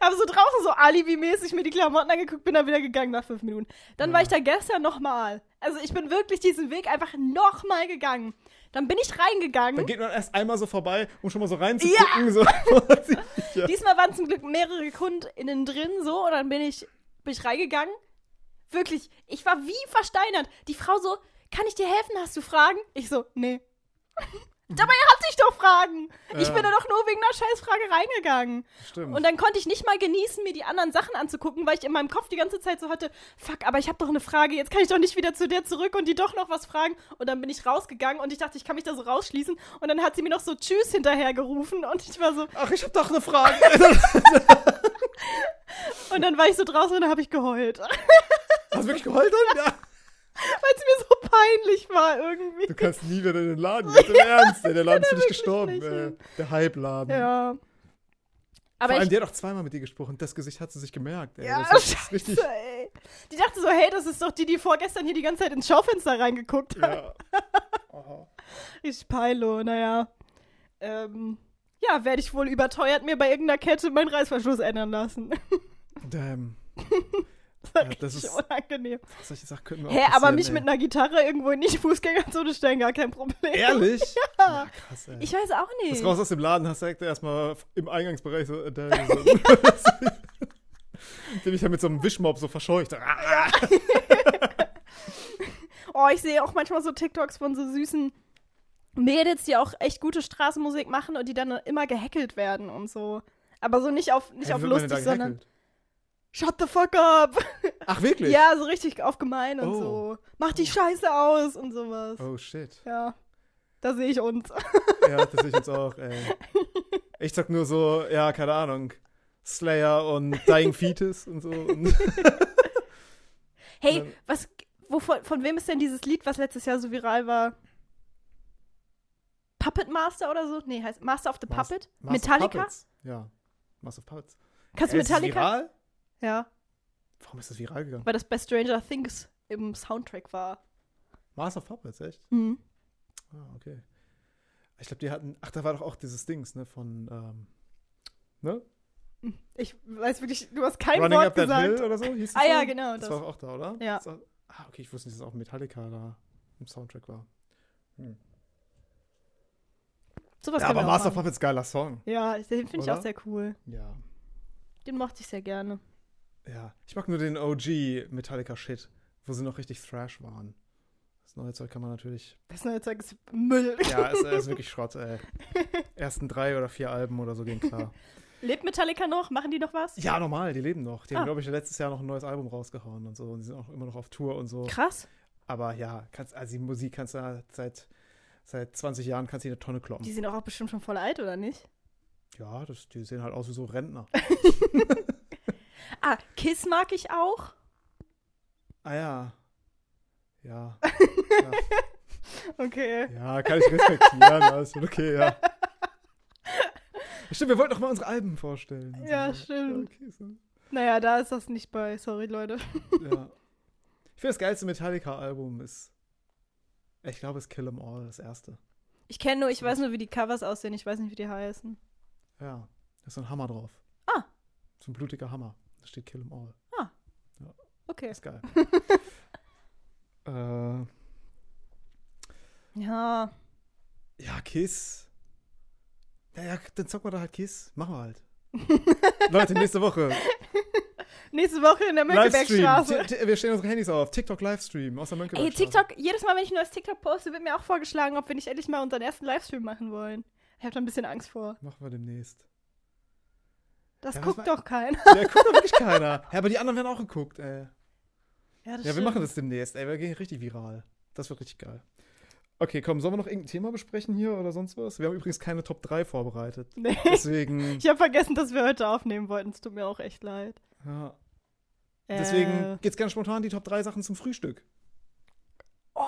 Habe so draußen so Alibi-mäßig mir die Klamotten angeguckt, bin dann wieder gegangen nach fünf Minuten. Dann war ich da gestern nochmal. Also ich bin wirklich diesen Weg einfach nochmal gegangen. Dann bin ich
Dann
reingegangen.
geht man erst einmal so vorbei, um schon mal so reinzugucken. So, ja.
Diesmal waren zum Glück mehrere KundInnen drin, so, und dann bin ich, bin ich reingegangen. Wirklich, ich war wie versteinert. Die Frau so, kann ich dir helfen? Hast du Fragen? Ich so, nee. Dabei hatte ich doch Fragen. Ich
Ja.
bin da doch nur wegen einer Scheißfrage reingegangen.
Stimmt.
Und dann konnte ich nicht mal genießen, mir die anderen Sachen anzugucken, weil ich in meinem Kopf die ganze Zeit so hatte, fuck, aber ich habe doch eine Frage, jetzt kann ich doch nicht wieder zu der zurück und die doch noch was fragen. Und dann bin ich rausgegangen und ich dachte, ich kann mich da so rausschließen. Und dann hat sie mir noch so Tschüss hinterhergerufen und ich war so,
Ach, ich habe doch eine Frage.
und dann war ich so draußen und dann habe ich geheult, weil
Hast du wirklich geheult? dann? Ja.
es mir so peinlich war irgendwie.
Du kannst nie wieder in den Laden. Jetzt im Ernst, ey, der Laden ist für dich
wirklich
gestorben.
nicht
Ey.
hin.
Der Hype-Laden.
Ja.
Vor
Aber
allem,
ich,
der hat auch zweimal mit dir gesprochen. Das Gesicht hat sie sich gemerkt. Ey.
ja,
das ist, das ist
scheiße,
richtig.
ey. Die dachte so, hey, das ist doch die, die vorgestern hier die ganze Zeit ins Schaufenster reingeguckt hat.
Ja.
Ich peilo, naja. Ähm, Ja, werde ich wohl überteuert mir bei irgendeiner Kette meinen Reißverschluss ändern lassen.
Damn.
Das
Ja,
war
das
richtig
ist- ne?
unangenehm.
Solche Sachen könnten wir
Hä, aber mich
passieren,
mit einer Gitarre irgendwo in die Fußgängerzone stellen, gar kein Problem.
ey. Ehrlich?
Ja.
krass, ey.
Ich weiß auch
Das
nicht.
raus aus dem Laden hast du direkt erstmal im Eingangsbereich so. Äh, da, so. Den ich dann mit so einem Wischmob so verscheucht. Ah,
Oh, ich sehe auch manchmal so TikToks von so süßen Mädels, die auch echt gute Straßenmusik machen und die dann immer gehackelt werden und so. Aber so nicht auf, nicht
wie
auf
wird man denn da
lustig, sondern
gehackelt?
Shut the fuck up!
Ach, wirklich?
Ja, so richtig auf gemein und
Oh.
so. Mach die Scheiße aus und sowas.
Oh, shit.
Ja. Da sehe ich uns.
Ja, das sehe ich jetzt auch, ey. Ich sag nur so, ja, keine Ahnung. Slayer und Dying Fetus und so. Und
Hey,
Ähm.
was, wovon, von wem ist denn dieses Lied, was letztes Jahr so viral war? Puppet Master oder so? Nee, heißt Master of the
Mas-
Puppet?
Mass of
Metallica?
Puppets. Ja. Mass of Puppets.
Kannst du
Ey, ist das
Metallica?
viral?
Ja,
Warum ist das viral gegangen?
weil das bei Stranger Things im Soundtrack war.
Mass of Puppets, echt?
Mhm.
Ah, okay. Ich glaube, die hatten. Ach, da war doch auch dieses Dings, ne? Von. Ähm, ne?
Ich weiß wirklich, du hast kein
Running
Wort
Up That
gesagt.
Hill oder so hieß
Ah
das
ja,
so?
genau,
Das,
das.
war doch auch da, oder?
Ja.
Das war, ah, okay, ich wusste nicht, dass auch Metallica da im Soundtrack war.
Sowas
ja,
können
aber
wir auch
Master of
machen.
Puppets, geiler Song.
Ja, den finde ich
Oder?
auch sehr cool.
Ja.
Den mochte ich sehr gerne.
Ja. Ich mag nur den OG Metallica-Shit, wo sie noch richtig Thrash waren. Das neue Zeug kann man natürlich.
Das neue Zeug ist Müll.
Ja, es ist wirklich Schrott, ey. Ersten drei oder vier Alben oder so gehen klar.
Lebt Metallica noch? Machen die noch was?
Ja, normal, die leben noch. Die
Ah.
haben, glaube ich, letztes Jahr noch ein neues Album rausgehauen und so. Und die sind auch immer noch auf Tour und so.
Krass.
Aber ja, kannst, also die Musik kannst du ja seit, seit 20 Jahren kannst du die in eine Tonne kloppen.
Die sind auch bestimmt schon voll alt, oder nicht?
Ja, das, die sehen halt aus wie so Rentner.
Ah, Kiss mag ich auch.
Ah ja. Ja.
Okay.
Ja, kann ich respektieren. Alles schon okay, ja. Stimmt, wir wollten doch mal unsere Alben vorstellen.
Ja,
So,
stimmt.
okay, so.
Naja, da ist das nicht bei. Sorry, Leute.
Ja. Ich finde, das geilste Metallica-Album ist. Ich glaube, es ist Kill 'Em All, das erste.
Ich kenne nur, ich weiß nur, wie die Covers aussehen. Ich weiß nicht, wie die heißen.
Ja. Da ist so ein Hammer drauf.
Ah.
So ein blutiger Hammer. Da steht Kill 'Em All.
Okay.
Ist geil. äh.
Ja.
Ja, Kiss. Naja, dann zocken wir da halt Kiss. Machen wir halt. Leute, nächste Woche.
Nächste Woche in der
Livestream.
Mönckebergstraße.
T- t- Wir stellen unsere Handys auf. TikTok Livestream aus der
Ey,
Mönckebergstraße.
TikTok, jedes Mal, wenn ich ein neues TikTok poste, wird mir auch vorgeschlagen, ob wir nicht endlich mal unseren ersten Livestream machen wollen. Ich habe da ein bisschen Angst vor.
Machen wir demnächst.
Das
Ja, was
guckt
war-
doch keiner.
Ja, guckt doch wirklich keiner. Ja, aber die anderen werden auch geguckt, ey.
Ja, das
Ja, wir
stimmt.
machen das demnächst, ey. Wir gehen richtig viral. Das wird richtig geil. Okay, komm, sollen wir noch irgendein Thema besprechen hier oder sonst was? Wir haben übrigens keine Top 3 vorbereitet.
Nee.
Deswegen,
Ich habe vergessen, dass wir heute aufnehmen wollten. Es tut mir auch echt leid.
ja,
Äh,
deswegen geht's ganz spontan die Top 3 Sachen zum Frühstück.
Oh.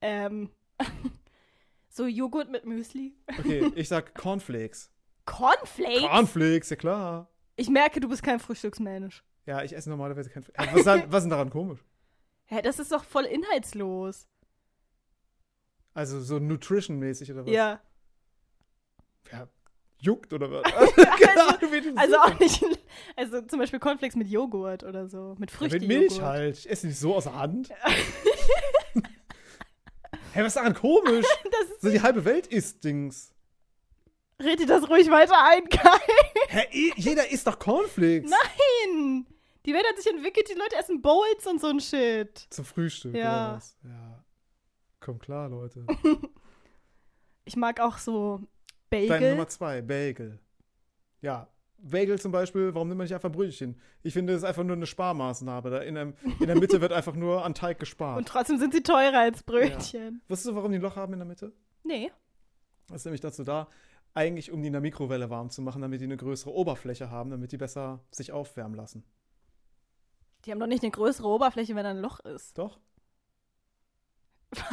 Ähm. so Joghurt mit Müsli.
Okay, ich sag Cornflakes.
Cornflakes?
Cornflakes, ja klar.
ich merke, du bist kein Frühstücksmensch.
Ja, ich esse normalerweise kein Fleisch. Was, ist da- was ist denn daran komisch?
Hä, das ist doch voll inhaltslos.
Also so nutrition-mäßig oder was?
Ja.
ja. Juckt oder was? Genau. Keine Ahnung, wie die-
Also auch nicht. Also zum Beispiel Cornflakes mit Joghurt oder so. Mit
Ja,
Früchten.
mit Milch halt. Ich esse nicht so aus der Hand. Hä, was ist daran komisch?
Das ist,
So die halbe Welt isst Dings.
red dir das ruhig weiter ein, Kai.
Hä, eh, jeder isst doch Cornflakes.
Nein! Die Welt hat sich entwickelt, die Leute essen Bowls und so ein Shit.
Zum Frühstück.
Ja.
Oder was? ja. Komm klar, Leute.
Ich mag auch so
Deine
Bagel.
Nummer zwei, Bagel. Ja, Bagel zum Beispiel, warum nimmt man nicht einfach Brötchen? Ich finde, das ist einfach nur eine Sparmaßnahme. Da in, einem, in der Mitte wird einfach nur an Teig gespart.
Und trotzdem sind sie teurer als Brötchen.
Wusstest du, warum die ein Loch haben in der Mitte?
Nee.
Das ist nämlich dazu da, eigentlich um die in der Mikrowelle warm zu machen, damit die eine größere Oberfläche haben, damit die besser sich aufwärmen lassen.
Die haben doch nicht eine größere Oberfläche, wenn da ein Loch ist.
Doch?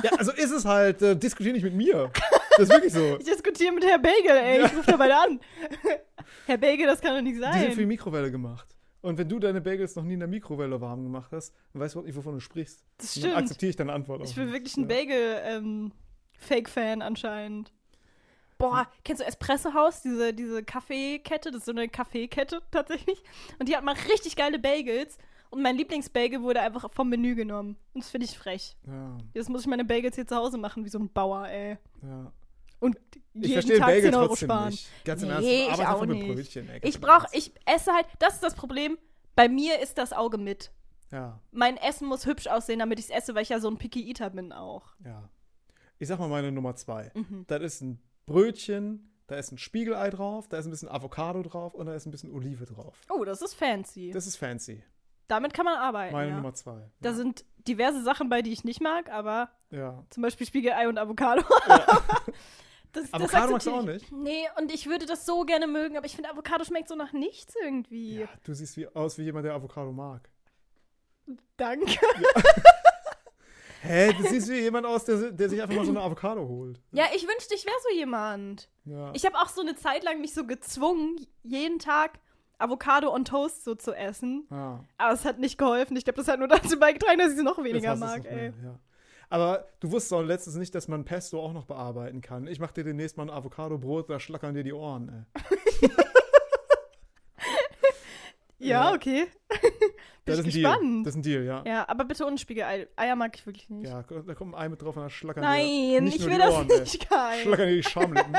Ja, also ist es halt. Äh, diskutier nicht mit mir. Das ist wirklich so.
Ich diskutiere mit Herrn Bagel, ey. Ich rufe dabei an. Herr Bagel, das kann doch nicht
Die sind für die
sein.
Mikrowelle gemacht. Und wenn du deine Bagels noch nie in der Mikrowelle warm gemacht hast, dann weißt du überhaupt nicht, wovon du sprichst.
Das
Und Dann
stimmt.
akzeptiere ich deine Antwort auch.
Ich bin
nicht.
wirklich ein
ja.
Bagel-Fake-Fan ähm, anscheinend. boah,
Hm.
kennst du Espressohaus, diese, diese Kaffeekette? Das ist so eine Kaffeekette tatsächlich. Und die hat mal richtig geile Bagels. Und mein Lieblingsbagel wurde einfach vom Menü genommen. Und das finde ich frech.
Ja,
Jetzt muss ich meine Bagels hier zu Hause machen, wie so ein Bauer, ey.
ja.
Und
Ich
jeden
verstehe
Tag
Bagel
10 Euro
trotzdem
sparen.
nicht. Ganz im
Nee,
Ernst,
ich
arbeite
auch
einfach mit
nicht.
Brötchen, ey, ganz
Ich
im
brauche,
Ernst.
ich esse halt, das ist das Problem. Bei mir ist das Auge mit.
Ja,
Mein Essen muss hübsch aussehen, damit ich es esse, weil ich ja so ein Picky Eater bin auch.
ja. Ich sag mal meine Nummer zwei. Das ist ein Brötchen, da ist ein Spiegelei drauf, da ist ein bisschen Avocado drauf und da ist ein bisschen Olive drauf.
Oh, das ist fancy.
Das ist fancy.
Damit kann man arbeiten.
Meine
ja.
Nummer zwei.
Da
ja.
sind diverse Sachen bei, die ich nicht mag, aber
ja.
zum Beispiel Spiegelei und Avocado. das,
Avocado
akzeptiere
magst du auch
ich.
nicht?
Nee, und ich würde das so gerne mögen, aber ich finde, Avocado schmeckt so nach nichts irgendwie.
ja. Du siehst wie, aus wie jemand, der Avocado mag.
Danke.
Hä, du siehst wie jemand aus, der, der sich einfach mal so eine Avocado holt.
Ja, ich wünschte, ich wäre so jemand.
Ja.
Ich habe auch so eine Zeit lang mich so gezwungen, jeden Tag Avocado on Toast so zu essen.
ja.
Aber es hat nicht geholfen. Ich glaube, das hat nur dazu beigetragen, dass ich sie noch weniger
Jetzt hast
mag,
du's noch mehr,
ey.
Ja. Aber du wusstest auch letztens nicht, dass man Pesto auch noch bearbeiten kann. Ich mach dir demnächst mal ein Avocado-Brot, da schlackern dir die Ohren, ey.
Ja,
Ja.
okay.
Ja,
Bin
das
ich
ist ein Deal.
gespannt.
Das ist ein Deal, ja.
Ja, aber bitte ohne Spiegelei. Eier mag ich wirklich nicht.
Ja, da kommt ein Ei mit drauf und da schlackern dir
Nein,
nicht
ich
nur
will
die
das
Ohren, ey.
nicht geil.
Schlackern dir die Schamlippen.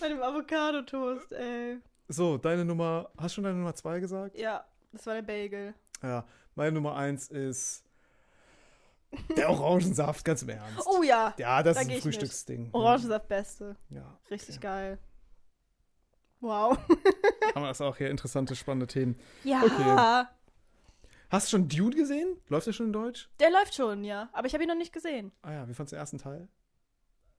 Bei dem Avocado-Toast, ey.
so, deine Nummer, hast du schon deine Nummer 2 gesagt?
Ja, das war der Bagel.
Ja, meine Nummer 1 ist der Orangensaft, ganz im Ernst.
Oh ja,
ja, das
da
ist
geh
ein
ich mit.
Frühstücksding. ne?
Orangensaft beste.
Ja,
Richtig
Okay.
geil. Wow.
haben wir das auch hier. Interessante, spannende Themen.
Ja.
Okay. Hast du schon Dude gesehen? Läuft der schon in Deutsch?
Der läuft schon, ja. Aber ich habe ihn noch nicht gesehen.
Ah ja, wie fandst du den ersten Teil?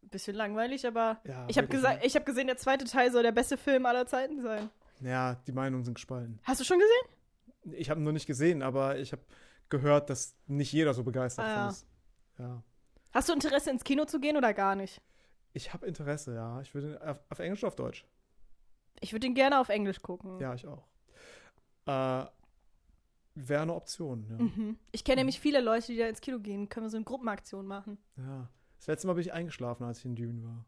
Bisschen langweilig, aber
Ja,
ich habe
wirklich,
gesagt, ich habe gesehen, der zweite Teil soll der beste Film aller Zeiten sein.
ne? Ja, die Meinungen sind gespalten.
Hast du schon gesehen?
Ich habe ihn noch nicht gesehen, aber ich habe gehört, dass nicht jeder so begeistert
Ah, ja.
ist. Ja.
Hast du Interesse ins Kino zu gehen oder gar nicht?
Ich habe Interesse, ja. Ich würde auf, auf Englisch oder auf Deutsch?
Ich würde ihn gerne auf Englisch gucken.
Ja, ich auch. Äh, Wäre eine Option, ja.
Mhm. Ich kenne nämlich viele Leute, die da ins Kino gehen. Können wir so eine Gruppenaktion machen?
ja. Das letzte Mal bin ich eingeschlafen, als ich in Dune war.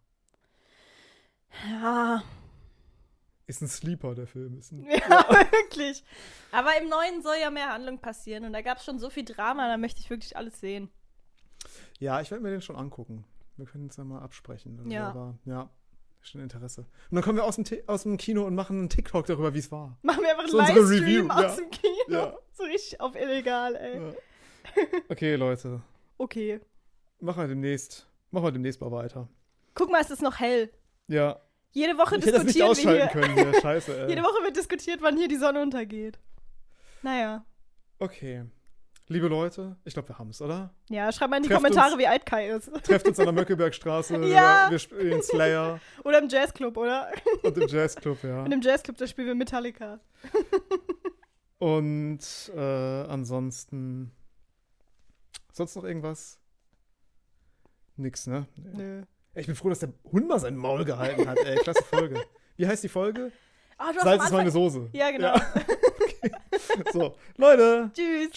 Ja,
Ist ein Sleeper, der Film. Ist ein,
ja, wirklich. Aber im Neuen soll ja mehr Handlung passieren und da gab es schon so viel Drama, da möchte ich wirklich alles sehen.
ja, ich werde mir den schon angucken. Wir können uns ja mal absprechen. Also,
Ja.
Aber, ja, schon Interesse. Und dann kommen wir aus dem, Ti- aus dem Kino und machen einen TikTok darüber, wie es war.
Machen wir einfach einen
So unsere
Livestream
Review,
aus
ja.
dem Kino.
Ja.
So richtig auf illegal, ey.
Ja. Okay, Leute.
Okay.
Machen wir demnächst. Machen wir demnächst mal weiter.
Guck mal, es ist noch hell.
Ja.
Jede Woche
Ich hätte das
diskutieren
nicht
wir hier.
ausschalten können hier. Scheiße, ey.
Jede Woche wird diskutiert, wann hier die Sonne untergeht. Naja.
Okay. Liebe Leute, ich glaube, wir haben es, oder?
Ja, schreibt mal in die
Trefft
Kommentare,
uns.
wie alt Kai ist.
Trefft uns an der Möckebergstraße.
Ja.
Wir spielen Slayer
Oder im Jazzclub, oder?
und im Jazzclub, ja.
In dem Jazzclub, da spielen wir Metallica.
Und äh, ansonsten. Sonst noch irgendwas? Nix, ne? Nee.
Nö.
Ey, Ich bin froh, dass der Hund mal sein Maul gehalten hat, ey. Klasse Folge. Wie heißt die Folge?
Ah, du hast am
Salz ist
Anfang... genau.
meine Soße.
Ja, genau.
So, Leute.
Tschüss.